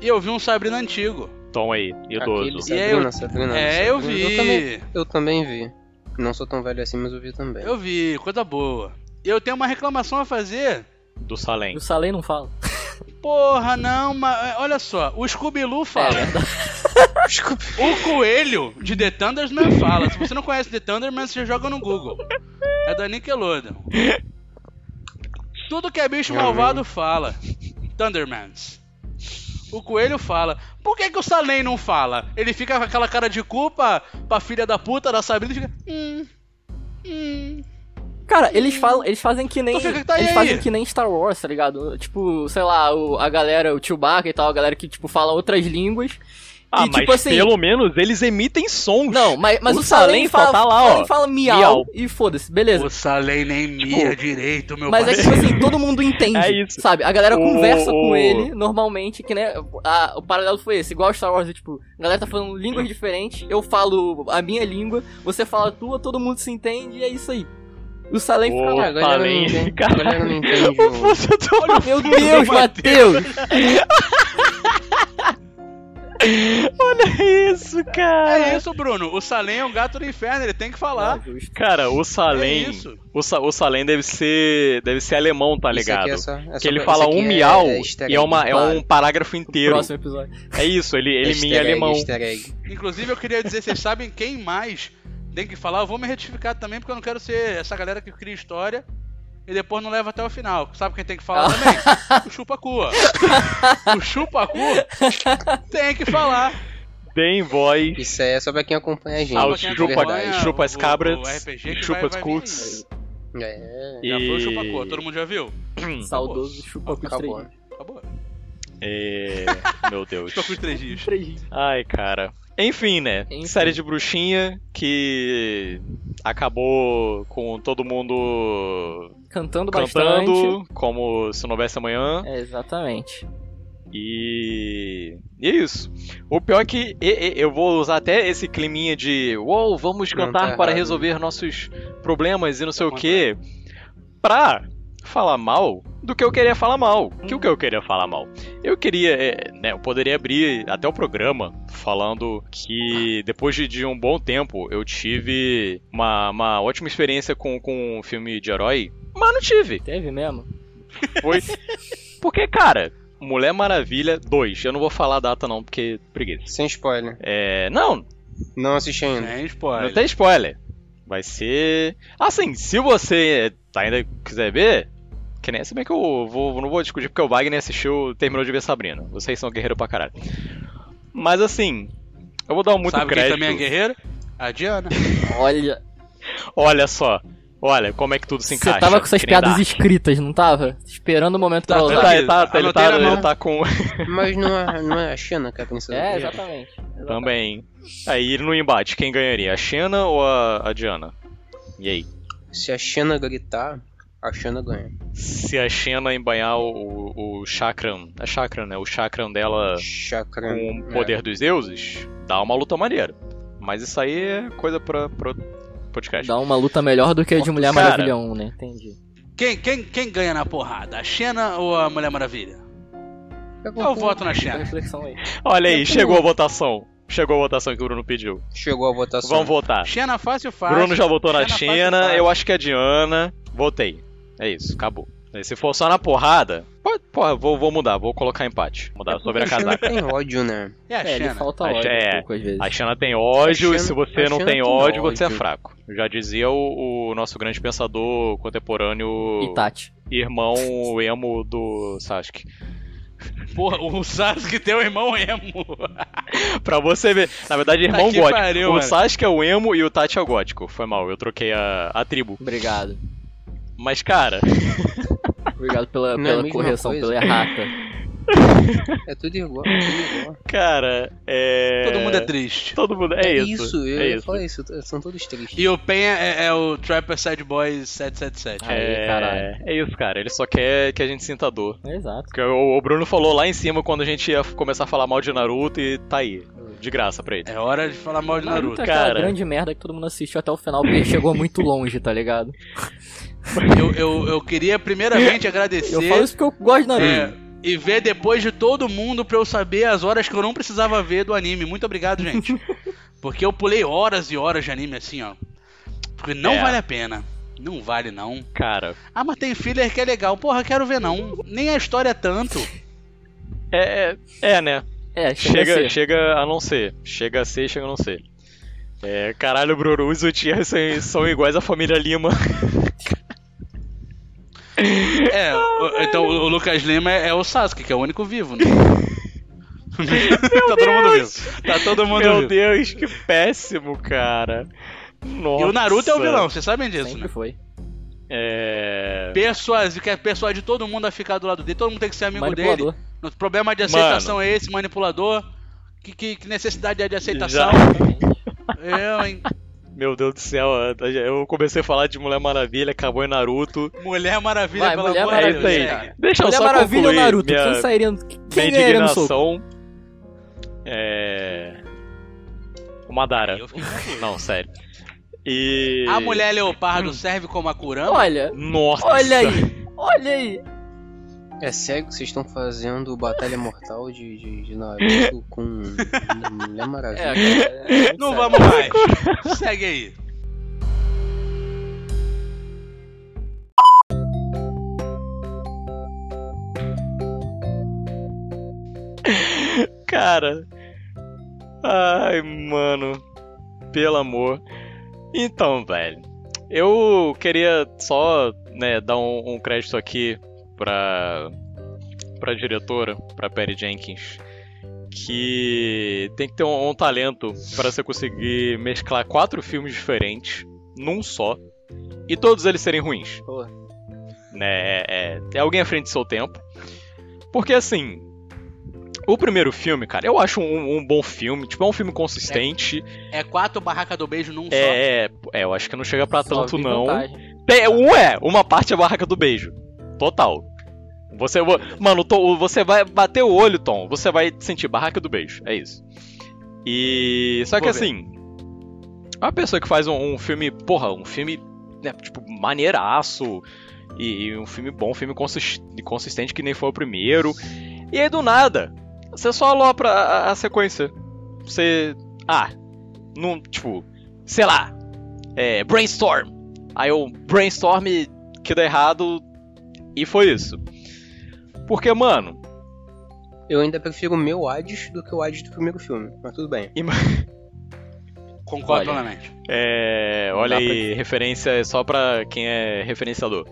Speaker 2: E eu vi um Sabrina antigo.
Speaker 1: Tom aí,
Speaker 4: Aquele
Speaker 1: idoso.
Speaker 4: Sabrina, Sabrina,
Speaker 2: é, eu
Speaker 4: Sabrina.
Speaker 2: vi.
Speaker 4: Eu também, eu também vi. Não sou tão velho assim, mas eu vi também.
Speaker 2: Eu vi, coisa boa. Eu tenho uma reclamação a fazer.
Speaker 1: Do Salem.
Speaker 3: O Salem não fala.
Speaker 2: Porra, não, mas olha só, o Scooby-Loo fala.
Speaker 1: É.
Speaker 2: o coelho de The Thunderman fala. Se você não conhece The Thunderman, você joga no Google. É da Nickelodeon. Tudo que é bicho malvado fala. Thundermans. O coelho fala. Por que, que o Salem não fala? Ele fica com aquela cara de culpa pra filha da puta da Sabrina e fica. Hum. Hum.
Speaker 3: Cara,
Speaker 1: Hum.
Speaker 3: eles falam, eles fazem que nem
Speaker 2: Tu fica que tá aí,
Speaker 3: eles
Speaker 2: aí.
Speaker 3: fazem que nem Star Wars, tá ligado? Tipo, sei lá, o- a galera, o Chewbacca e tal, a galera que tipo fala outras línguas.
Speaker 1: Ah,
Speaker 3: e,
Speaker 1: mas
Speaker 3: tipo assim,
Speaker 1: pelo menos eles emitem sons.
Speaker 3: não, mas, mas
Speaker 1: o
Speaker 3: o,
Speaker 1: Salem
Speaker 3: Salem,
Speaker 1: só
Speaker 3: fala,
Speaker 1: tá lá,
Speaker 3: o Salem
Speaker 1: ó.
Speaker 3: fala miau,
Speaker 1: Miau.
Speaker 3: e foda-se, beleza. Tipo,
Speaker 2: O Salem nem mira direito, meu
Speaker 3: Mas é
Speaker 2: parceiro.
Speaker 3: tipo assim, todo mundo entende,
Speaker 1: É isso.
Speaker 3: sabe? A galera
Speaker 1: O-
Speaker 3: conversa
Speaker 1: o-
Speaker 3: com ele, normalmente, que né, a- o paralelo foi esse, igual Star Wars, tipo, a galera tá falando línguas diferentes, eu falo a minha língua, você fala a tua, todo mundo se entende, e é isso aí. O Salem fica
Speaker 1: O
Speaker 4: Ah,
Speaker 3: lá,
Speaker 4: a galera não
Speaker 1: Salem,
Speaker 4: entende- a
Speaker 1: cara. tá
Speaker 4: galera não entende
Speaker 1: O
Speaker 4: o-
Speaker 1: funcionário-
Speaker 3: meu Deus, Matheus!
Speaker 1: Olha isso,
Speaker 2: É
Speaker 1: cara.
Speaker 2: isso, Bruno. O Salem é um gato do inferno, ele tem que
Speaker 3: Tá,
Speaker 2: falar.
Speaker 1: Cara, o
Speaker 2: É
Speaker 1: Salem.
Speaker 2: isso.
Speaker 1: o, Sa- o Salem deve ser. Deve ser alemão, tá
Speaker 4: Isso aqui
Speaker 1: ligado?
Speaker 4: é só- é só
Speaker 1: que ele
Speaker 4: pra-
Speaker 1: fala
Speaker 4: isso aqui
Speaker 1: um
Speaker 4: é-
Speaker 1: miau
Speaker 4: é easter
Speaker 1: e é, uma, é
Speaker 3: claro.
Speaker 1: um parágrafo inteiro.
Speaker 3: Próximo episódio.
Speaker 1: É isso, ele, ele
Speaker 4: Easter
Speaker 1: minha
Speaker 4: egg,
Speaker 1: alemão.
Speaker 4: easter egg.
Speaker 2: Inclusive, eu queria dizer, vocês sabem quem mais tem que falar? Eu vou me retificar também, porque eu não quero ser essa galera que cria história e depois não leva até o final. Sabe quem tem que falar também? O chupa-cu. ó. O chupa-cu tem que falar.
Speaker 1: Tem voz.
Speaker 4: Isso aí é só pra quem acompanha a gente.
Speaker 1: Ah,
Speaker 2: Chupa
Speaker 1: o
Speaker 2: quem
Speaker 1: chupa-
Speaker 2: acompanha
Speaker 1: chupa as
Speaker 2: o-
Speaker 1: cabras,
Speaker 2: o RPG que
Speaker 1: chupa
Speaker 2: vai-
Speaker 1: os
Speaker 2: vai vir
Speaker 1: cucos.
Speaker 2: aí.
Speaker 4: É,
Speaker 1: E...
Speaker 2: Já foi o chupa-cu, todo mundo já viu?
Speaker 3: Uhum. Saudoso chupa com
Speaker 4: acabou.
Speaker 2: Acabou.
Speaker 1: E- Meu Deus.
Speaker 2: Chupa-cu de três dias.
Speaker 1: Ai, cara. Enfim, né?
Speaker 3: Enfim.
Speaker 1: Série de bruxinha que acabou com todo mundo
Speaker 3: Cantando bastante.
Speaker 1: cantando como se não houvesse amanhã.
Speaker 3: É, exatamente.
Speaker 1: E... e é isso. O pior é que e- e- eu vou usar até esse climinha de uou, vamos
Speaker 4: Não,
Speaker 1: cantar
Speaker 4: tá
Speaker 1: para
Speaker 4: errado.
Speaker 1: resolver nossos problemas e não sei
Speaker 2: Tá
Speaker 1: o que, pra falar mal do que eu queria falar mal.
Speaker 4: Hum.
Speaker 1: Que o que eu queria falar mal? Eu queria, é, né, eu poderia abrir até o programa falando que depois de, de um bom tempo eu tive uma, uma ótima experiência com, com um filme de herói, mas não tive.
Speaker 3: Teve mesmo?
Speaker 1: Foi. Porque, cara, Mulher Maravilha 2. Eu não vou falar a data, não, porque preguiça.
Speaker 4: Sem spoiler.
Speaker 1: É. Não,
Speaker 4: Não assisti ainda.
Speaker 2: Sem
Speaker 1: não
Speaker 2: spoiler.
Speaker 1: tem spoiler. Vai ser. Assim, se você ainda quiser ver. Que nem, se bem que eu vou, não vou discutir porque o Wagner assistiu, terminou de ver Sabrina. Vocês são guerreiros pra caralho. Mas assim, eu vou dar muito
Speaker 2: Sabe quem é
Speaker 1: crédito.
Speaker 2: também é guerreiro? A Diana.
Speaker 3: Olha,
Speaker 1: Olha só, Olha, como é que tudo se
Speaker 3: Você
Speaker 1: encaixa.
Speaker 3: tava com essas
Speaker 1: que nem
Speaker 3: piadas
Speaker 1: dá.
Speaker 3: escritas, não tava? Esperando o momento pra
Speaker 2: Tá,
Speaker 1: Ele
Speaker 3: usar.
Speaker 1: tá, ele tá, ele
Speaker 2: Anotei
Speaker 1: tá,
Speaker 2: na mão.
Speaker 1: ele tá com.
Speaker 4: Mas não é, não é a China que é a princesa.
Speaker 3: É,
Speaker 4: do Oriente?
Speaker 3: exatamente. exatamente.
Speaker 1: Também. Aí no embate, quem ganharia? A Xena ou a, a Diana? E aí?
Speaker 4: Se a China gritar, a China ganha.
Speaker 1: Se a Xena embanhar o, o, o chakram, a chakram, né? O chakram dela
Speaker 4: Chakra.
Speaker 1: com o
Speaker 4: é.
Speaker 1: poder dos deuses, dá uma luta maneira. Mas isso aí é coisa pra, pra podcast.
Speaker 3: Dá uma luta melhor do que a de Mulher
Speaker 1: Cara.
Speaker 3: Maravilha 1, né? Entendi.
Speaker 2: Quem, quem, quem ganha na porrada? A Xena ou a Mulher Maravilha? Eu voto na
Speaker 3: Tem
Speaker 2: Xena.
Speaker 3: reflexão aí.
Speaker 1: Olha aí, chegou a votação. Chegou a votação que o Bruno pediu.
Speaker 4: Chegou a votação.
Speaker 1: Vamos votar.
Speaker 2: Xena fácil fácil.
Speaker 1: Bruno já votou na
Speaker 2: fácil,
Speaker 1: Xena,
Speaker 2: fácil.
Speaker 1: eu acho que é a Diana. Votei. É isso, acabou. Aí, se for só na porrada, pode, porra, vou, vou mudar, vou colocar empate. Mudar sobre É a
Speaker 4: China
Speaker 1: casaca.
Speaker 4: tem ódio, né?
Speaker 2: É a
Speaker 3: É, ele
Speaker 2: Xena.
Speaker 3: falta
Speaker 1: A
Speaker 3: ódio
Speaker 1: Xena-
Speaker 3: um pouco às vezes.
Speaker 1: A Xena tem ódio
Speaker 4: A Xena-
Speaker 1: e se você
Speaker 4: a
Speaker 1: não
Speaker 4: Xena
Speaker 1: tem
Speaker 4: tem
Speaker 1: ódio, você é
Speaker 4: ódio.
Speaker 1: fraco. Já dizia o, o nosso grande pensador contemporâneo,
Speaker 3: E Tati.
Speaker 1: irmão emo do Sasuke.
Speaker 2: Porra, o Sasuke teu irmão emo.
Speaker 1: pra você ver, na verdade, irmão
Speaker 2: que
Speaker 1: gótico.
Speaker 2: pariu,
Speaker 1: o
Speaker 2: mano.
Speaker 1: Sasuke é o emo e o Tati é o gótico. Foi mal, eu troquei a, a tribo.
Speaker 3: Obrigado.
Speaker 1: Mas, cara,
Speaker 3: Obrigado pela,
Speaker 4: Não é a
Speaker 3: pela
Speaker 4: mesma
Speaker 3: correção,
Speaker 4: coisa.
Speaker 3: pela errata.
Speaker 4: É tudo igual. É tudo igual.
Speaker 1: cara, é.
Speaker 2: Todo mundo é triste.
Speaker 1: Todo mundo, é, isso.
Speaker 4: eu
Speaker 1: é
Speaker 4: ia
Speaker 1: isso.
Speaker 4: falar isso. São todos tristes.
Speaker 2: E o Penha é, é o Trapper Sad Boys 777.
Speaker 3: Ah, Aí,
Speaker 1: É,
Speaker 3: caralho.
Speaker 1: é isso, cara. Ele só quer que a gente sinta dor.
Speaker 3: Exato.
Speaker 1: Porque o, o Bruno falou lá em cima quando a gente ia começar a falar mal de Naruto e tá aí. De graça pra ele.
Speaker 2: É hora de falar mal de
Speaker 3: Naruto
Speaker 2: Naruto.
Speaker 3: é aquela
Speaker 1: cara.
Speaker 3: grande merda que todo mundo assistiu até o final porque chegou muito longe, tá ligado?
Speaker 2: Eu, eu, eu queria primeiramente agradecer.
Speaker 3: é Eu falo isso porque eu gosto de Naruto.
Speaker 2: é, e ver depois de todo mundo pra eu saber as horas que eu não precisava ver do anime. Muito obrigado, gente. Porque eu pulei horas e horas de anime assim, ó. Porque não
Speaker 1: É.
Speaker 2: vale a pena. Não vale, não.
Speaker 1: Cara,
Speaker 2: Ah, mas tem filler que é legal. Porra, quero ver, não. Nem a história é tanto.
Speaker 1: é, é, é, né?
Speaker 3: É, chega, a
Speaker 1: Chega,
Speaker 3: ser.
Speaker 1: chega a não ser. Chega a ser, chega a não ser. É, caralho, Bruno, os Uchiha são, são iguais à família Lima.
Speaker 2: É, o- então o Lucas Lima é, é o Sasuke, que é o único vivo, né? tá todo mundo vivo. Tá todo mundo
Speaker 1: Meu
Speaker 2: vivo.
Speaker 1: Deus, que péssimo, cara. Nossa.
Speaker 2: E o Naruto é o vilão, vocês sabem disso,
Speaker 3: Sempre
Speaker 2: né?
Speaker 3: foi.
Speaker 1: É.
Speaker 2: Persuas, quer persuadir todo mundo a ficar do lado dele, todo mundo tem que ser amigo dele.
Speaker 3: Manipulador.
Speaker 2: O problema de aceitação é esse, manipulador. Que, que, que necessidade é de
Speaker 1: Já-
Speaker 2: aceitação?
Speaker 3: Exatamente.
Speaker 2: Eu, hein?
Speaker 1: Meu Deus do céu, eu comecei a falar de Mulher Maravilha, acabou em Naruto.
Speaker 2: Mulher Maravilha,
Speaker 3: Vai,
Speaker 2: pelo
Speaker 3: Mulher
Speaker 2: amor
Speaker 1: É
Speaker 2: de
Speaker 1: isso
Speaker 2: Deus.
Speaker 1: aí.
Speaker 2: segue.
Speaker 1: Deixa eu
Speaker 3: Mulher
Speaker 1: só
Speaker 3: Maravilha ou
Speaker 1: concluir
Speaker 3: Naruto? Quem
Speaker 1: minha,
Speaker 3: sairia no...
Speaker 1: minha
Speaker 3: Quem ganharia no soco?
Speaker 1: indignação. É. O Madara.
Speaker 2: Eu fiquei confuso.
Speaker 1: Não, sério. E.
Speaker 2: A mulher leopardo serve como a Kurama?
Speaker 3: Olha,
Speaker 1: Nossa!
Speaker 3: olha aí. Olha aí.
Speaker 4: É sério que vocês estão fazendo Batalha Mortal de, de, de Naruto com Mulher Maravilha?
Speaker 3: É, cara, é muito
Speaker 2: Não
Speaker 3: sério.
Speaker 2: vamos mais. Segue aí.
Speaker 1: Cara. Ai, mano. Pelo amor. Então, velho. Eu queria só, né, dar um, um crédito aqui pra, pra diretora, pra Perry Jenkins, que tem que ter um, um talento para você conseguir mesclar quatro filmes diferentes num só e todos eles serem ruins.
Speaker 3: Porra.
Speaker 1: Né, é, é- é alguém à frente do seu tempo. Porque assim, o primeiro filme, cara, eu acho um, um bom filme, tipo, é um filme consistente.
Speaker 2: É quatro barracas do beijo num só.
Speaker 1: É, é, é, eu acho que não chega pra
Speaker 3: Só
Speaker 1: tanto
Speaker 3: vi
Speaker 1: não.
Speaker 3: vantagem.
Speaker 1: Tem, um é, uma parte é a barraca do beijo. Total. Você, vo- mano, Tom, você vai bater o olho, Tom. Você vai sentir barraca do beijo. É isso. E só que
Speaker 2: Vou ver.
Speaker 1: assim, uma pessoa que faz um, um filme, porra, um filme, né, tipo, maneiraço e, e um filme bom, um filme consis- consistente que nem foi o primeiro. E aí do nada, você só alopra a, a- a sequência. Você, ah, não, tipo, sei lá, é, brainstorm. Aí eu brainstorm que dá errado e foi isso. Porque, mano,
Speaker 4: Eu ainda prefiro o meu Hades do que o Hades do primeiro filme, mas tudo bem.
Speaker 2: Concordo
Speaker 3: Olha.
Speaker 2: plenamente.
Speaker 1: é, olha
Speaker 3: Dá pra-
Speaker 1: aí, referência é só pra quem é referenciador.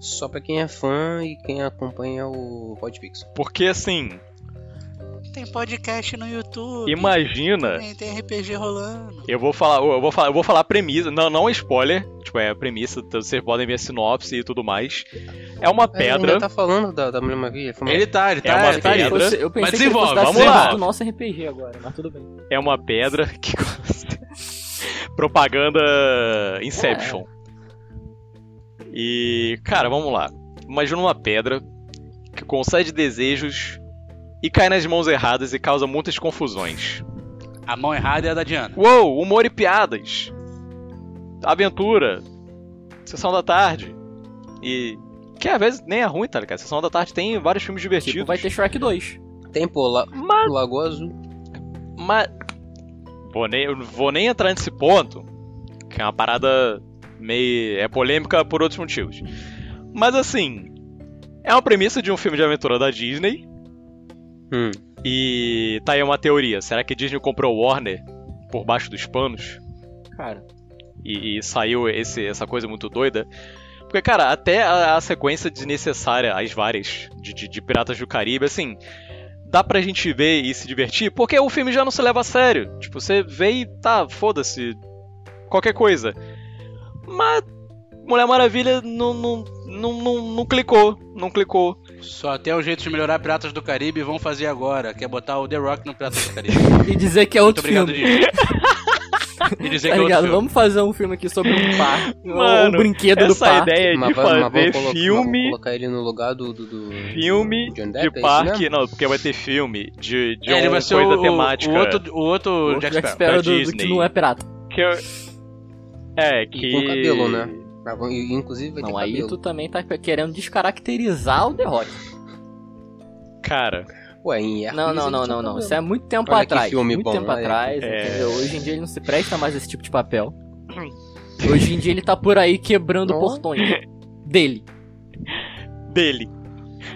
Speaker 4: Só pra quem é fã e quem acompanha o Podpix.
Speaker 1: Porque assim,
Speaker 5: Tem podcast no YouTube.
Speaker 1: Imagina,
Speaker 5: Também tem RPG rolando.
Speaker 1: eu vou falar, eu vou falar, eu vou falar a premissa, não, não é spoiler, tipo, é a premissa, então vocês podem ver a sinopse e tudo mais. É uma
Speaker 4: Ele
Speaker 1: pedra.
Speaker 4: ainda tá falando da, da Mulher Maravilha. foi mal.
Speaker 2: Ele tá, ele tá.
Speaker 1: uma
Speaker 2: ele tá-
Speaker 1: pedra.
Speaker 3: Eu, pensei que ele
Speaker 2: desenvolve,
Speaker 3: fosse dar
Speaker 1: vamos lá.
Speaker 3: sinopse do nosso RPG agora, mas tudo bem.
Speaker 1: é uma pedra que propaganda Inception. E, cara, vamos lá. Imagina uma pedra que concede desejos e cai nas mãos erradas e causa muitas confusões.
Speaker 2: A mão errada é a da Diana.
Speaker 1: Uou, humor e piadas. Aventura. Sessão da tarde. E que às vezes nem é ruim, tá ligado? Sessão da tarde tem vários filmes divertidos.
Speaker 3: Tipo, vai ter Shrek 2.
Speaker 4: Tem, pô, la...
Speaker 1: Mas-
Speaker 4: Lagoa Azul.
Speaker 1: Mas. Vou nem, eu não vou nem entrar nesse ponto, que é uma parada meio. é polêmica por outros motivos. Mas assim. É uma premissa de um filme de aventura da Disney.
Speaker 4: Hum.
Speaker 1: E tá aí uma teoria. Será que Disney comprou Warner por baixo dos panos?
Speaker 3: Cara,
Speaker 1: E, e saiu esse, essa coisa muito doida? Porque, cara, até a, a sequência desnecessária, as várias, de, de- de Piratas do Caribe, assim, dá pra gente ver e se divertir, porque o filme já não se leva a sério. Tipo, você vê e tá, foda-se, qualquer coisa. Mas Mulher Maravilha não, não, não, não, não clicou, não clicou.
Speaker 2: Só tem um jeito de melhorar Piratas do Caribe e vão fazer agora, que é botar o The Rock no Piratas do Caribe.
Speaker 3: e dizer que é
Speaker 2: Muito
Speaker 3: outro
Speaker 2: obrigado,
Speaker 3: filme.
Speaker 2: Disney. E dizer
Speaker 3: Tá
Speaker 2: que é outro
Speaker 3: ligado?
Speaker 2: filme.
Speaker 3: Vamos fazer um filme aqui sobre um par. um-
Speaker 1: Mano,
Speaker 3: um brinquedo do
Speaker 1: Essa
Speaker 3: par.
Speaker 1: ideia É de
Speaker 4: Mas vai-
Speaker 1: fazer
Speaker 4: mas vamos colo- mas vamos
Speaker 1: filme
Speaker 4: colocar ele no lugar do. do, do
Speaker 1: Filme
Speaker 4: do John
Speaker 1: de
Speaker 4: Depp, é isso
Speaker 1: parque,
Speaker 4: mesmo?
Speaker 1: não, porque vai ter filme de, de
Speaker 2: É, ele
Speaker 1: uma
Speaker 2: vai ser
Speaker 1: coisa
Speaker 2: o,
Speaker 1: temática.
Speaker 2: o outro, o outro
Speaker 3: O
Speaker 2: Jack Sparrow.
Speaker 1: da
Speaker 3: do, do que
Speaker 1: Disney.
Speaker 3: não é pirata.
Speaker 1: Que eu- É, que.
Speaker 4: Com Um cabelo, né? Mas vão- e- Inclusive vai ter
Speaker 3: Não, aí
Speaker 4: cabelo.
Speaker 3: tu também tá querendo descaracterizar o The Rock.
Speaker 1: Cara,
Speaker 4: Ué, em Hércules
Speaker 3: Não, não,
Speaker 4: ele
Speaker 3: não,
Speaker 4: tinha
Speaker 3: não, não.
Speaker 4: cabelo.
Speaker 3: Isso é muito tempo
Speaker 4: um Olha que
Speaker 3: atrás.
Speaker 4: filme
Speaker 3: muito
Speaker 4: bom,
Speaker 3: tempo
Speaker 4: olha.
Speaker 3: atrás,
Speaker 1: É.
Speaker 3: entendeu? Hoje em dia ele não se presta mais esse tipo de papel. Hoje em dia ele tá por aí quebrando
Speaker 4: Não.
Speaker 3: portões dele.
Speaker 1: dele.
Speaker 2: O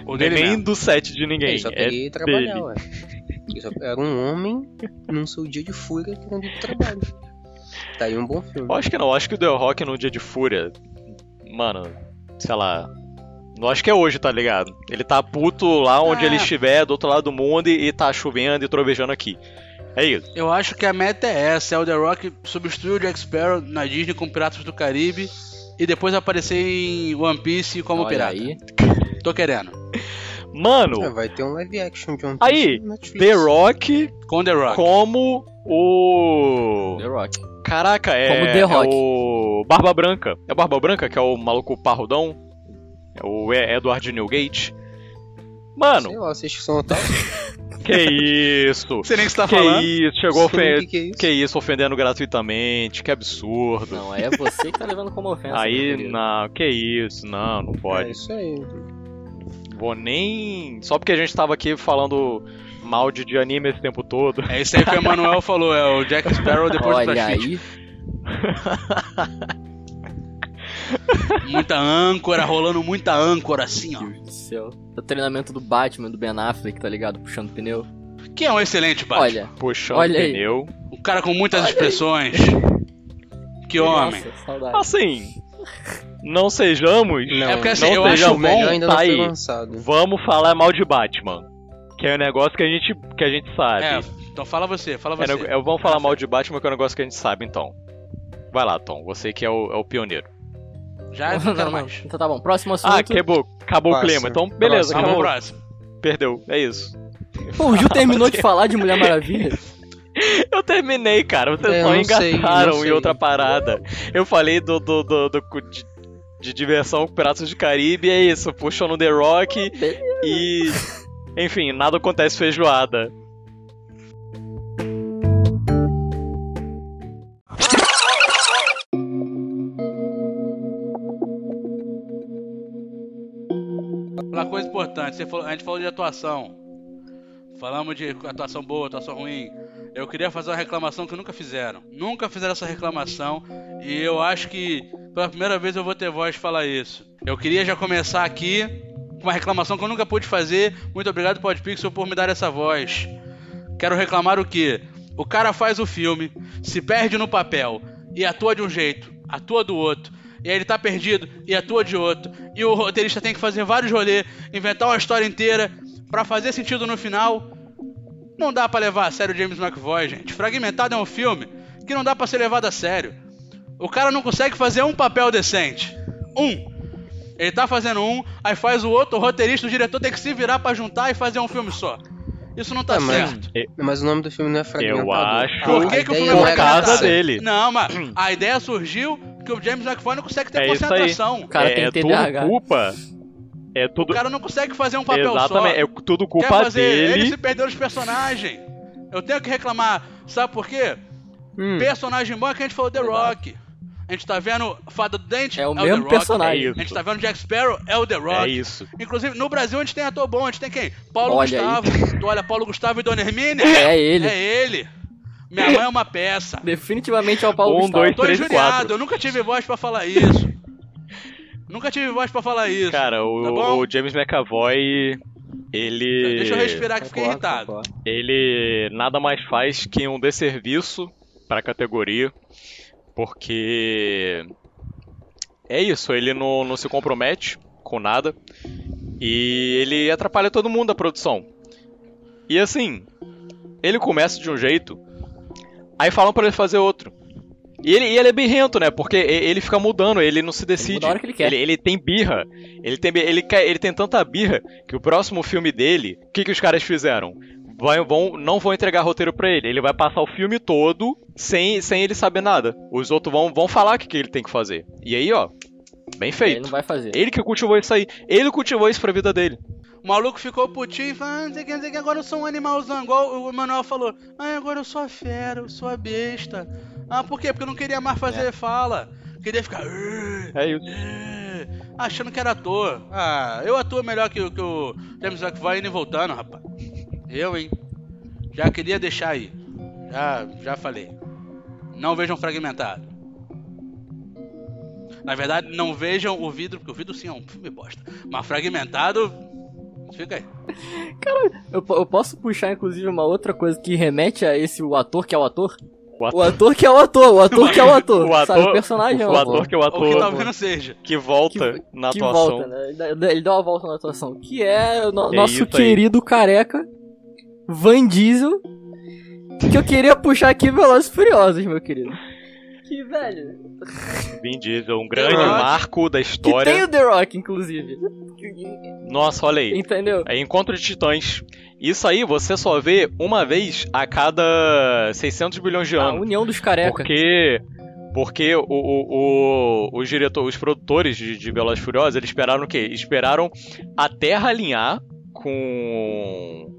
Speaker 1: Não
Speaker 2: Um dele
Speaker 1: é nem
Speaker 2: mesmo.
Speaker 1: do set de ninguém.
Speaker 4: Ele só
Speaker 1: É,
Speaker 4: queria ir trabalhar, ué. Ele só era um homem num seu dia de fúria querendo ir pro trabalho. Tá aí um bom filme.
Speaker 1: eu acho que não, eu acho que o The Rock no Dia de Fúria. Mano, sei lá. Não acho que é hoje, tá ligado? Ele tá puto lá onde
Speaker 2: Ah.
Speaker 1: ele estiver, do outro lado do mundo, e, e tá chovendo e trovejando aqui. É isso.
Speaker 2: Eu acho que a meta é essa, é o The Rock substituir o Jack Sparrow na Disney com Piratas do Caribe e depois aparecer em One Piece como
Speaker 3: Olha
Speaker 2: pirata.
Speaker 3: aí.
Speaker 2: Tô querendo.
Speaker 4: É,
Speaker 1: Mano,
Speaker 4: vai ter um live action de um
Speaker 1: Aí,
Speaker 4: Netflix.
Speaker 1: The Rock
Speaker 2: Com The Rock.
Speaker 1: como o.
Speaker 3: The Rock.
Speaker 1: Caraca, é.
Speaker 3: Como The Rock.
Speaker 1: É o Barba Branca. É o Barba Branca, que é o maluco parrudão. É o E- Edward Newgate. Mano,
Speaker 4: Sei lá, vocês que são otários.
Speaker 1: que isso?
Speaker 2: Sei nem o que você tá
Speaker 1: que
Speaker 2: falando.
Speaker 1: isso?
Speaker 4: não
Speaker 1: Chegou
Speaker 4: sei o
Speaker 1: ofendendo.
Speaker 4: que, que é isso?
Speaker 1: Que isso, ofendendo gratuitamente, que absurdo.
Speaker 3: Não, aí é você que tá levando como ofensa. meu
Speaker 1: Aí,
Speaker 3: querido.
Speaker 1: não, que isso, não, não
Speaker 4: É
Speaker 1: pode.
Speaker 4: isso aí.
Speaker 1: Vou nem. Só porque a gente tava aqui falando mal de, de anime esse tempo todo.
Speaker 2: É isso aí que o Emanuel falou, é o Jack Sparrow depois do
Speaker 3: Olha
Speaker 2: Brad Pitt.
Speaker 3: aí.
Speaker 2: Tipo, Muita âncora, rolando muita âncora assim, ó.
Speaker 3: Meu Deus do céu. O treinamento do Batman, do Ben Affleck, tá ligado? Puxando pneu.
Speaker 2: Que é um excelente Batman.
Speaker 3: Olha.
Speaker 1: Puxando o
Speaker 3: Olha aí.
Speaker 1: pneu.
Speaker 2: Um cara com muitas expressões. Que homem.
Speaker 3: Nossa, saudade.
Speaker 1: Assim, não sejamos.
Speaker 4: Não,
Speaker 2: é porque
Speaker 1: não
Speaker 2: assim, eu
Speaker 1: seja
Speaker 2: acho
Speaker 4: o melhor
Speaker 2: bom.
Speaker 4: ainda não
Speaker 1: tá
Speaker 4: foi
Speaker 1: aí.
Speaker 4: lançado.
Speaker 1: Vamos falar mal de Batman. Que é um negócio que a gente, que a gente sabe.
Speaker 2: É, então fala você, fala
Speaker 1: É
Speaker 2: você.
Speaker 1: neg- é, vamos falar mal de Batman, que é um negócio que a gente sabe, então. Vai lá, Tom, você que é o, é o pioneiro.
Speaker 2: Já não,
Speaker 3: Não,
Speaker 2: quero
Speaker 3: não, não.
Speaker 2: mais.
Speaker 3: Então tá bom. Próximo assunto.
Speaker 1: Ah, acabou, acabou o
Speaker 4: Passa.
Speaker 1: clima. Então, beleza,
Speaker 4: Próximo.
Speaker 2: Vamos pro
Speaker 1: acabou.
Speaker 2: próximo.
Speaker 1: Perdeu, é isso.
Speaker 3: Pô, o Gil terminou de falar de Mulher Maravilha.
Speaker 1: Eu terminei, cara. Vocês
Speaker 4: É, eu
Speaker 1: só
Speaker 4: não sei,
Speaker 1: engataram
Speaker 4: não sei.
Speaker 1: em outra parada. Eu falei do, do, do, do- cu- de, de diversão com Piratas do Caribe, é isso. Puxou no The
Speaker 4: Ah,
Speaker 1: Rock e. Enfim, nada acontece feijoada.
Speaker 2: Uma coisa importante, você falou- a gente falou de atuação. Falamos de atuação boa, atuação ruim. Eu queria fazer uma reclamação que nunca fizeram. Nunca fizeram essa reclamação. E eu acho que pela primeira vez eu vou ter voz de falar isso. Eu queria já começar aqui com uma reclamação que eu nunca pude fazer. Muito obrigado, Podpixel, por me dar essa voz. Quero reclamar o quê? O cara faz o filme, se perde no papel e atua de um jeito, atua do outro. E aí ele tá perdido e atua de outro. E o roteirista tem que fazer vários rolês, inventar uma história inteira pra fazer sentido no final. Não dá pra levar a sério o James McVoy, gente. Fragmentado é um filme que não dá pra ser levado a sério. O cara não consegue fazer um papel decente. Um. Ele tá fazendo um, aí faz o outro, o roteirista, o diretor tem que se virar pra juntar e fazer um filme só. Isso não tá
Speaker 4: Ah, mas-
Speaker 2: certo.
Speaker 4: Mas o nome do filme não é Ah, fragmentado.
Speaker 1: acho-
Speaker 4: A
Speaker 2: Por que que o
Speaker 4: ideia
Speaker 2: filme
Speaker 4: não
Speaker 2: é
Speaker 1: Por
Speaker 4: era
Speaker 1: causa
Speaker 4: essa.
Speaker 2: agradável.
Speaker 1: dele.
Speaker 2: Não, mas a ideia surgiu que o James McFoy não consegue ter
Speaker 1: É isso aí.
Speaker 2: concentração.
Speaker 3: O cara
Speaker 1: é
Speaker 3: tem
Speaker 1: é
Speaker 3: TDAH.
Speaker 1: tudo culpa. É tudo.
Speaker 2: O cara não consegue fazer um papel
Speaker 1: Exatamente,
Speaker 2: só.
Speaker 1: é tudo
Speaker 2: Quer
Speaker 1: culpa
Speaker 2: fazer ele
Speaker 1: dele. É
Speaker 2: se perder os personagens. Eu tenho que reclamar. Sabe por quê?
Speaker 4: Hum,
Speaker 2: Personagem bom é que a gente falou The Rock. A gente tá vendo Fada do Dente,
Speaker 3: É o
Speaker 2: The
Speaker 3: mesmo
Speaker 2: Rock.
Speaker 3: personagem.
Speaker 1: É isso.
Speaker 2: A gente tá vendo Jack Sparrow, é o The
Speaker 1: É
Speaker 2: Rock.
Speaker 1: isso.
Speaker 2: Inclusive, no Brasil a gente tem ator bom, a gente tem quem? Paulo
Speaker 3: Olha aí.
Speaker 2: Gustavo. Tu olha Paulo Gustavo e Dona Hermínia?
Speaker 3: É ele.
Speaker 2: É ele. Minha mãe é uma peça.
Speaker 3: Definitivamente é o Paulo
Speaker 1: Um,
Speaker 3: Gustavo.
Speaker 1: dois.
Speaker 2: Tô
Speaker 1: Três,
Speaker 2: injuriado,
Speaker 1: quatro.
Speaker 2: eu nunca tive voz pra falar isso. nunca tive voz pra falar isso.
Speaker 1: Cara, o,
Speaker 2: Tá bom?
Speaker 1: o James McAvoy, ele.
Speaker 2: Tá, Deixa eu respirar que fiquei
Speaker 4: concordo,
Speaker 2: irritado.
Speaker 4: concordo.
Speaker 1: Ele nada mais faz que um desserviço para a categoria, porque é isso, ele não, não se compromete com nada e ele atrapalha todo mundo da produção. E assim, ele começa de um jeito, aí falam para ele fazer outro. E ele, e ele é birrento, né? Porque e- ele fica mudando, ele não se decide.
Speaker 3: muda a hora que ele quer.
Speaker 1: Ele, ele tem birra. Ele tem, bi- ele, quer- ele tem tanta birra que o próximo filme dele, o que, que os caras fizeram? Vai- vão- não vão entregar roteiro pra ele. Ele vai passar o filme todo sem, sem ele saber nada. Os outros vão, vão falar o que, que ele tem que fazer. E aí, ó, bem
Speaker 3: Ele
Speaker 1: feito.
Speaker 3: não vai fazer.
Speaker 1: Ele que cultivou isso aí. Ele cultivou isso pra vida dele.
Speaker 2: O maluco ficou putinho e falou, "Ah, não sei o que, não sei o que, agora eu sou um animalzão, igual o Emanuel falou. Ai, agora eu sou a fera, eu sou a besta. Ah, por quê? Porque eu não queria mais fazer fala. Queria ficar. "Ah,
Speaker 1: É isso.
Speaker 2: ah", Achando que era ator. Ah, eu atuo melhor que, o- que o James McVoy indo e voltando, rapaz. Eu, hein? Já queria deixar aí. Já, já falei. Não vejam fragmentado. Na verdade, não vejam o vidro, porque o vidro sim é um filme bosta. Mas fragmentado. Fica aí.
Speaker 3: Eu, po- eu posso puxar, inclusive, uma outra coisa que remete a esse o ator que é o ator?
Speaker 1: O ator-
Speaker 3: O ator que é o ator, o ator que é o ator.
Speaker 1: O ator-
Speaker 3: sabe? O personagem é
Speaker 1: O ator que é o
Speaker 2: Ou que tá
Speaker 1: ator
Speaker 2: talvez não seja.
Speaker 1: que volta na
Speaker 3: que
Speaker 1: atuação.
Speaker 3: volta, né? Ele dá- Ele dá uma volta na atuação. Que é o no-
Speaker 1: É isso
Speaker 3: nosso
Speaker 1: aí.
Speaker 3: querido careca Van Diesel. Que eu queria puxar aqui Velozes e Furiosos, meu querido. Que velho.
Speaker 1: Vin Diesel, um grande
Speaker 2: Rock.
Speaker 1: marco da
Speaker 3: Que tem
Speaker 1: história.
Speaker 3: o The Rock, inclusive.
Speaker 1: Nossa, olha aí.
Speaker 3: Entendeu?
Speaker 1: É Encontro de Titãs. Isso aí você só vê uma vez a cada 600 bilhões de
Speaker 3: A
Speaker 1: anos.
Speaker 3: união dos careca.
Speaker 1: Porque, porque o, o, o- os diretores, os produtores de, de Velozes e Furiosos, eles esperaram o quê? Esperaram a Terra alinhar com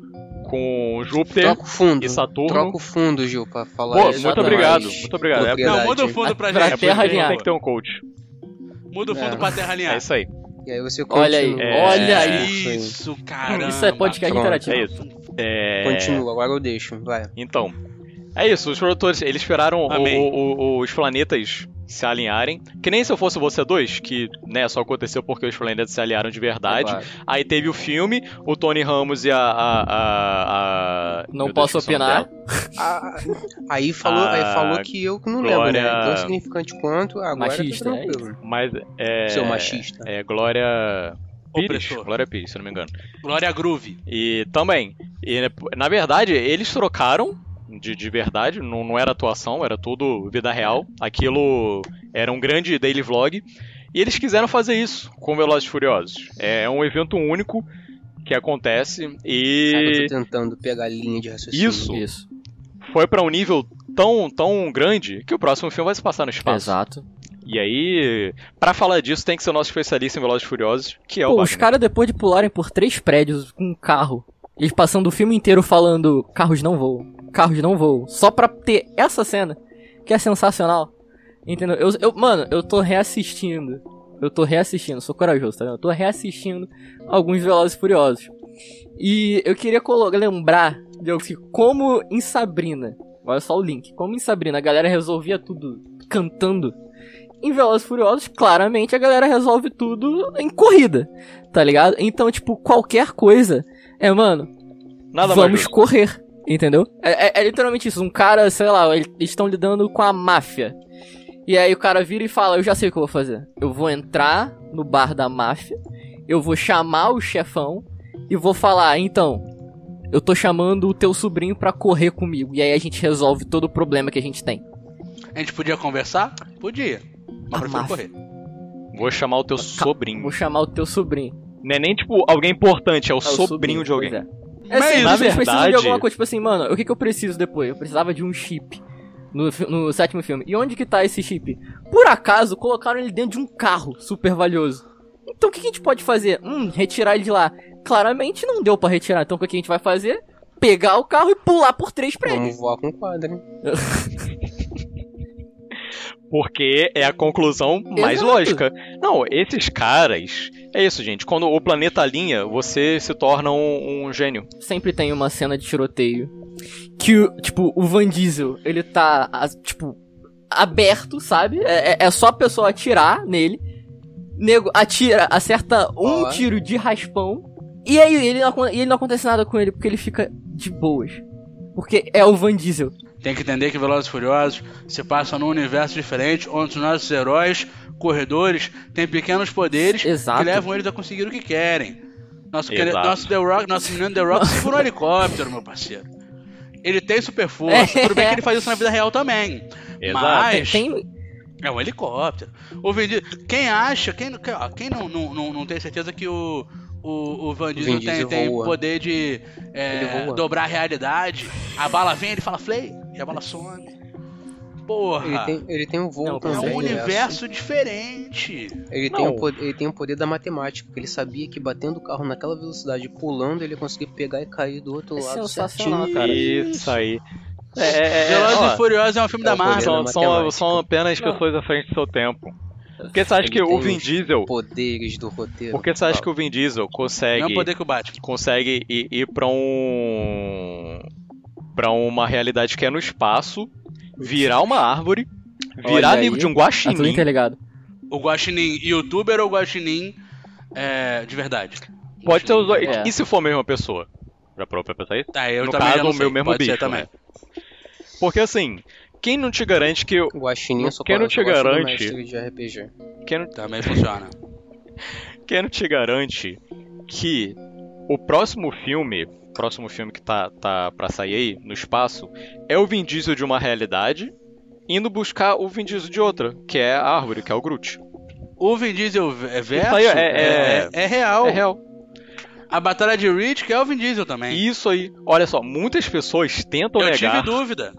Speaker 1: com Júpiter
Speaker 4: Troca o fundo.
Speaker 1: e Saturno.
Speaker 4: Troca o fundo, Gil, pra falar
Speaker 1: Pô,
Speaker 4: isso.
Speaker 1: muito
Speaker 3: Exatamente.
Speaker 1: obrigado, muito obrigado. É,
Speaker 4: Propriedade.
Speaker 2: Não, muda o fundo pra
Speaker 3: Pra
Speaker 2: gente.
Speaker 1: é por isso que
Speaker 3: terra
Speaker 1: a gente
Speaker 3: alinhada.
Speaker 1: tem que ter um coach.
Speaker 2: Muda o fundo
Speaker 4: É.
Speaker 2: pra terra
Speaker 1: É
Speaker 2: alinhada.
Speaker 1: isso aí.
Speaker 4: E aí você continua.
Speaker 3: Olha aí,
Speaker 1: É.
Speaker 3: olha aí.
Speaker 2: Isso, caramba.
Speaker 3: Isso é podcast
Speaker 4: Pronto,
Speaker 3: interativo.
Speaker 1: é isso. É...
Speaker 4: Continua, agora eu deixo, vai.
Speaker 1: Então, é isso. Os produtores, eles esperaram o-
Speaker 2: Amei.
Speaker 1: o- o- os planetas se alinharem. Que nem se eu fosse você dois, que né, só aconteceu porque os planetas se alinharam de verdade.
Speaker 3: Claro.
Speaker 1: Aí teve o filme, o Tony Ramos e a. a- a- a-
Speaker 3: Não
Speaker 1: meu Deus,
Speaker 3: posso
Speaker 1: esqueci o nome
Speaker 3: opinar.
Speaker 1: dela.
Speaker 4: Ah, aí falou,
Speaker 1: Ah,
Speaker 4: aí falou que eu que não
Speaker 1: Glória-
Speaker 4: lembro, né? Tão significante quanto, agora
Speaker 3: Machista,
Speaker 4: tá tranquilo.
Speaker 1: Mas é.
Speaker 4: Seu machista.
Speaker 1: É Glória. Pires,
Speaker 2: Opressor.
Speaker 1: Glória Pires, se eu não me engano.
Speaker 2: Glória Groove.
Speaker 1: E também, e, na verdade, eles trocaram de, de verdade, não, não era atuação, era tudo vida real. Aquilo era um grande daily vlog. E eles quiseram fazer isso com Velozes e Furiosos. É um evento único que acontece
Speaker 4: Cara, eu
Speaker 1: e
Speaker 4: tô tentando pegar a linha de raciocínio.
Speaker 1: isso
Speaker 3: Isso.
Speaker 1: foi pra um nível tão, tão grande que o próximo filme vai se passar no espaço.
Speaker 3: Exato.
Speaker 1: E aí, pra falar disso, tem que ser o nosso especialista em Velozes e Furiosos, que é o
Speaker 3: Pô, os
Speaker 1: Wagner.
Speaker 3: caras depois de pularem por três prédios com um carro, eles passando o filme inteiro falando carros não voam, carros não voam, só pra ter essa cena, que é sensacional. Entendeu? Eu, eu- mano, eu tô reassistindo. Eu tô reassistindo, sou corajoso, tá vendo? Eu tô reassistindo alguns Velozes e Furiosos. E eu queria colo- lembrar de algo que, como em Sabrina, olha só o link, como em Sabrina a galera resolvia tudo cantando. Em Velozes e Furiosos, claramente a galera resolve tudo em corrida tá ligado? Então, tipo, qualquer coisa é, mano,
Speaker 1: Nada mais
Speaker 3: vamos
Speaker 1: justo.
Speaker 3: correr, entendeu? É, é- é literalmente isso. Um cara, sei lá, ele- eles estão lidando com a máfia. E aí o cara vira e fala: Eu já sei o que eu vou fazer. Eu vou entrar no bar da máfia, eu vou chamar o chefão e vou falar: Então, eu tô chamando o teu sobrinho pra correr comigo. E aí a gente resolve todo o problema que a gente tem.
Speaker 2: A gente podia conversar? Podia. Mas prefiro
Speaker 3: Amar.
Speaker 2: correr.
Speaker 1: Vou chamar o teu sobrinho.
Speaker 3: Vou chamar o teu sobrinho.
Speaker 1: Não é nem, tipo, alguém importante, é o
Speaker 3: É o
Speaker 1: sobrinho, de alguém.
Speaker 3: pois É, é
Speaker 1: Mas
Speaker 3: assim,
Speaker 1: na
Speaker 3: na verdade... precisam de
Speaker 1: verdade-
Speaker 3: alguma coisa, tipo assim, mano, o que, que eu preciso depois? Eu precisava de um chip no, fi- no sétimo filme. E onde que tá esse chip? Por acaso, colocaram ele dentro de um carro super valioso. Então o que, que a gente pode fazer? Hum, retirar ele de lá. Claramente não deu pra retirar, então o que que a gente vai fazer? Pegar o carro e pular por três prédios.
Speaker 4: Vamos voar com o quadro, hein?
Speaker 1: Porque é a conclusão mais
Speaker 3: Exato.
Speaker 1: lógica. Não, esses caras. É isso, gente. Quando o planeta alinha, você se torna um, um gênio.
Speaker 3: sempre tem uma cena de tiroteio que, o- tipo, o Van Diesel, ele tá, a- tipo, aberto, sabe? É, é- é só a pessoa atirar nele. Nego atira, acerta um
Speaker 4: Ó.
Speaker 3: tiro de raspão. E aí ele não, acon- e ele não acontece nada com ele, porque ele fica de boas. Porque é o Van Diesel.
Speaker 2: Tem que entender que Velozes e Furiosos se passam num universo diferente, onde os nossos heróis, corredores, têm pequenos poderes
Speaker 3: Exato.
Speaker 2: que levam eles a conseguir o que querem. Nosso, querido-
Speaker 1: Exato.
Speaker 2: nosso The Rock, nosso menino The Rock segura um helicóptero, meu parceiro. Ele tem super força. Tudo bem que ele faz isso na vida real também.
Speaker 1: Exato.
Speaker 2: Mas
Speaker 3: Tem,
Speaker 2: é um helicóptero. O Vin Diesel- quem acha, quem, não- quem- ó, quem não, não, não, não tem certeza que o, o, o Van Diesel,
Speaker 4: Vin Diesel
Speaker 2: tem, tem
Speaker 4: voa.
Speaker 2: poder de é,
Speaker 4: Ele voa.
Speaker 2: dobrar a realidade, a bala vem, ele fala flay, e a bala some.
Speaker 4: Ele
Speaker 2: Porra,
Speaker 4: tem, assim. ele tem um voo
Speaker 3: Não,
Speaker 2: é
Speaker 4: também.
Speaker 2: um
Speaker 3: Não,
Speaker 2: universo diferente.
Speaker 4: Ele tem,
Speaker 1: Não.
Speaker 4: o poder, ele tem o poder da matemática, porque ele sabia que batendo o carro naquela velocidade, pulando, ele ia conseguir pegar e cair do outro
Speaker 3: É
Speaker 4: lado
Speaker 3: sensacional,
Speaker 4: certinho.
Speaker 3: cara.
Speaker 1: Isso aí. É, é, é,
Speaker 2: Velozes
Speaker 1: ó,
Speaker 2: e Furiosos é um filme
Speaker 4: é
Speaker 2: da
Speaker 4: o poder
Speaker 2: Marvel.
Speaker 4: da
Speaker 1: são, são,
Speaker 4: matemática.
Speaker 1: são apenas
Speaker 3: Não.
Speaker 1: pessoas à frente do seu tempo. Porque você acha
Speaker 4: Ele
Speaker 1: que o
Speaker 4: tem
Speaker 1: Vin
Speaker 4: os
Speaker 1: Diesel.
Speaker 4: Poderes do roteiro.
Speaker 1: Porque você acha que o Vin Diesel consegue.
Speaker 2: Não poder que É o Batman.
Speaker 1: consegue ir, ir para um para uma realidade que é no espaço, virar uma árvore, virar
Speaker 4: Olha
Speaker 1: amigo
Speaker 4: aí.
Speaker 1: de um
Speaker 3: tá tudo
Speaker 1: guaxinim,
Speaker 2: é
Speaker 3: interligado.
Speaker 2: O Guaxinim youtuber ou o Guaxinim é, de verdade?
Speaker 1: pode ter os dois.
Speaker 3: É.
Speaker 1: E se for a mesma pessoa? Já parou pra pensar isso?
Speaker 2: Tá, eu
Speaker 1: no
Speaker 2: também já
Speaker 1: caso,
Speaker 2: não
Speaker 1: o
Speaker 2: sei.
Speaker 1: meu mesmo
Speaker 2: pode
Speaker 1: bicho.
Speaker 2: ser também.
Speaker 1: né? Porque assim, quem não te garante que
Speaker 4: O Guaxinim é só
Speaker 1: Quem não
Speaker 4: só
Speaker 1: te
Speaker 4: gosta do
Speaker 1: garante-
Speaker 4: mestre de RPG.
Speaker 1: quem não,
Speaker 2: Também funciona.
Speaker 1: quem não te garante que o próximo filme, próximo filme que tá tá para sair aí no espaço, é o Vin Diesel de uma realidade indo buscar o Vin Diesel de outra, que é a árvore, que é o Groot.
Speaker 2: O Vin Diesel v- verso
Speaker 1: aí é-
Speaker 2: é, é real.
Speaker 1: É real.
Speaker 2: A Batalha de Ridge que é o Vin Diesel também.
Speaker 1: Isso aí. Olha só, muitas pessoas tentam
Speaker 2: eu tive
Speaker 1: negar.
Speaker 2: dúvida.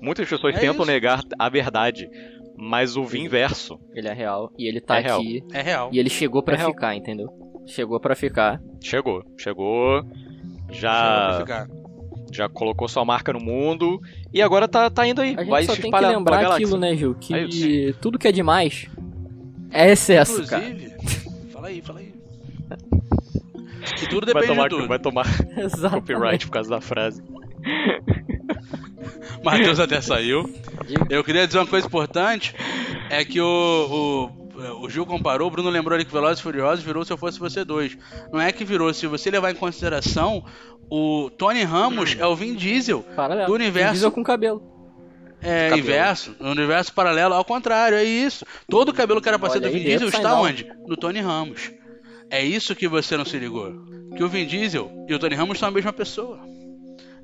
Speaker 1: Muitas pessoas
Speaker 2: É
Speaker 1: tentam
Speaker 2: isso.
Speaker 1: negar a verdade. Mas o inverso
Speaker 3: Ele é real. E ele tá
Speaker 1: É real.
Speaker 3: aqui.
Speaker 2: É real.
Speaker 3: E ele chegou pra
Speaker 1: É real.
Speaker 3: ficar, entendeu? Chegou pra ficar.
Speaker 1: chegou. Chegou.
Speaker 2: Só
Speaker 1: Já,
Speaker 2: pra ficar.
Speaker 1: já colocou sua marca no mundo. E agora tá, tá indo aí.
Speaker 3: A gente
Speaker 1: Vai
Speaker 3: só
Speaker 1: se
Speaker 3: tem que
Speaker 1: espalhar pela
Speaker 3: lembrar
Speaker 1: galáxia.
Speaker 3: aquilo, né, Gil? Que
Speaker 1: Aí eu
Speaker 3: tudo que é demais é excesso, cara.
Speaker 2: Inclusive, fala aí, fala aí. Que tudo
Speaker 1: Vai
Speaker 2: depende
Speaker 1: tomar,
Speaker 2: de tudo.
Speaker 1: vai tomar
Speaker 3: Exato.
Speaker 1: copyright por causa da frase.
Speaker 2: Matheus até saiu. Eu queria dizer uma coisa importante: é que o, o, o Gil comparou, o Bruno lembrou ali que Velozes e Furiosos virou Se Eu Fosse Você 2. Não é que virou, se você levar em consideração, o Tony Ramos
Speaker 1: Hum.
Speaker 2: é o Vin Diesel.
Speaker 3: Paralelo.
Speaker 2: Do universo.
Speaker 3: Vin Diesel com cabelo.
Speaker 2: É,
Speaker 4: Cabelo.
Speaker 2: inverso, universo paralelo, ao contrário, é isso. Todo o cabelo que era pra ser do
Speaker 3: Olha
Speaker 2: Vin
Speaker 3: aí,
Speaker 2: Diesel
Speaker 3: upside
Speaker 2: está
Speaker 3: down.
Speaker 2: onde? No Tony Ramos. É isso que você não se ligou. Que o Vin Diesel e o Tony Ramos são a mesma pessoa.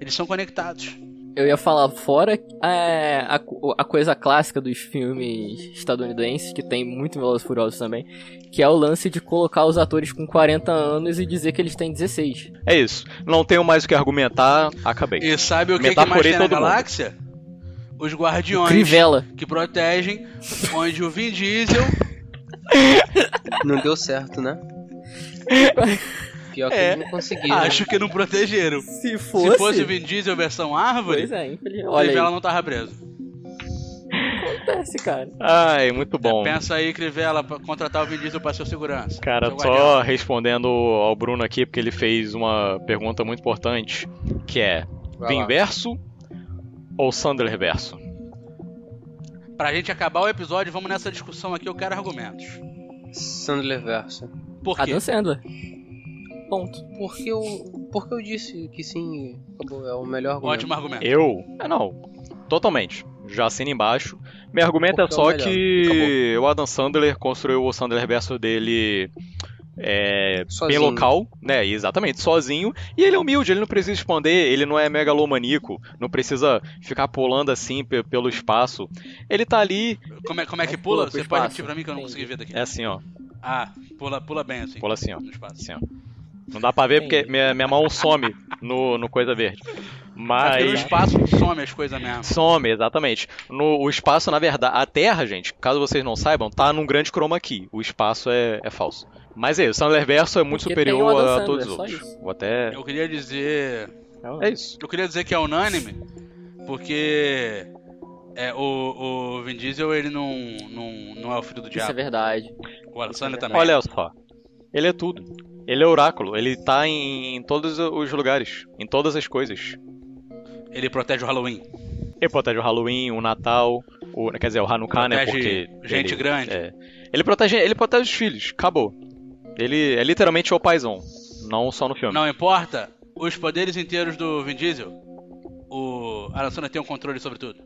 Speaker 2: Eles são conectados.
Speaker 3: Eu ia falar fora é, a, co- a coisa clássica dos filmes estadunidenses, que tem muito em Velozes e Furiosos também, que é o lance de colocar os atores com 40 anos e dizer que eles têm 16.
Speaker 1: É isso. Não tenho mais o que argumentar. Acabei.
Speaker 2: E sabe o que, que mais
Speaker 1: Metaforei
Speaker 2: tem na
Speaker 1: todo mundo.
Speaker 2: galáxia? Os guardiões
Speaker 3: Crivella.
Speaker 2: que protegem onde o Vin Diesel
Speaker 4: Não deu certo, né? Pior que
Speaker 2: É.
Speaker 4: eles não conseguiram. né?
Speaker 2: acho que não protegeram.
Speaker 3: Se fosse.
Speaker 2: Se fosse o Vin Diesel versão árvore,
Speaker 3: Pois é, infelizmente.
Speaker 2: o Crivella
Speaker 3: Olha
Speaker 2: não tá tava preso.
Speaker 3: aí, acontece, cara.
Speaker 1: Ai, muito bom.
Speaker 2: Pensa aí, Crivella, pra contratar o Vin Diesel pra seu segurança.
Speaker 1: Cara,
Speaker 2: seu guardião.
Speaker 1: só respondendo ao Bruno aqui, porque ele fez uma pergunta muito importante, que é
Speaker 4: Vai lá.
Speaker 1: Vinverso ou Sandlerverso?
Speaker 2: Pra gente acabar o episódio, vamos nessa discussão aqui, eu quero argumentos.
Speaker 4: Sandler verso.
Speaker 2: Por quê?
Speaker 3: Adam Sandler. Ponto.
Speaker 4: Porque eu, porque eu disse que sim, acabou, é o melhor argumento.
Speaker 2: Um Ótimo argumento.
Speaker 1: Eu? Ah, não. Totalmente. Já assina embaixo. Meu argumento
Speaker 4: Porque
Speaker 1: é
Speaker 4: é o
Speaker 1: só
Speaker 4: melhor.
Speaker 1: que o Adam Sandler construiu o Sandlerverso dele é, bem
Speaker 4: Sozinho.
Speaker 1: local, né? Exatamente, sozinho. E ele é humilde, ele não precisa esconder, ele não é megalomaníaco, não precisa ficar pulando assim pe- pelo espaço. Ele tá ali,
Speaker 2: Como é, como é que
Speaker 3: Mas
Speaker 2: pula?
Speaker 3: pula pro
Speaker 2: Você pode
Speaker 3: espaço.
Speaker 2: repetir pra mim que eu não
Speaker 3: Entendi.
Speaker 2: consegui ver daqui.
Speaker 1: é assim, ó.
Speaker 2: Ah, pula, pula bem assim.
Speaker 1: Pula assim, ó.
Speaker 2: No espaço.
Speaker 1: Assim, ó. Não dá pra ver porque
Speaker 3: Entendi.
Speaker 1: minha, minha mão some no, no coisa verde.
Speaker 2: Mas pelo
Speaker 1: Mas.
Speaker 2: Tá, espaço some as coisas mesmo.
Speaker 1: Some, exatamente. No, o espaço, na verdade, a Terra, gente, caso vocês não saibam, tá num grande chroma key. O espaço é, é falso. Mas é isso, o Sandlerverso é muito
Speaker 3: Porque tem o
Speaker 1: superior
Speaker 3: Adam
Speaker 1: a
Speaker 3: Sandler,
Speaker 1: todos os
Speaker 3: só
Speaker 1: outros.
Speaker 3: isso.
Speaker 1: Ou até.
Speaker 3: É.
Speaker 2: Eu queria dizer.
Speaker 1: É isso.
Speaker 2: Eu queria dizer que é unânime, porque. É, o, o Vin Diesel, ele não, não, não é o filho do
Speaker 3: Isso é
Speaker 2: diabo.
Speaker 3: verdade.
Speaker 2: O Alessandro também.
Speaker 1: Olha só. Ele é tudo. Ele é oráculo. Ele tá em, em todos os lugares. Em todas as coisas.
Speaker 2: Ele protege o Halloween.
Speaker 1: Ele protege o Halloween, o Natal, o, quer dizer, o Hanukkah, né?
Speaker 2: Protege
Speaker 1: Porque.
Speaker 2: gente
Speaker 1: ele,
Speaker 2: grande.
Speaker 1: é. ele protege. Ele protege os filhos. Acabou. Ele é literalmente o paizão. Não só no filme.
Speaker 2: Não importa os poderes inteiros do Vin Diesel, o Alessandro tem um controle sobre tudo.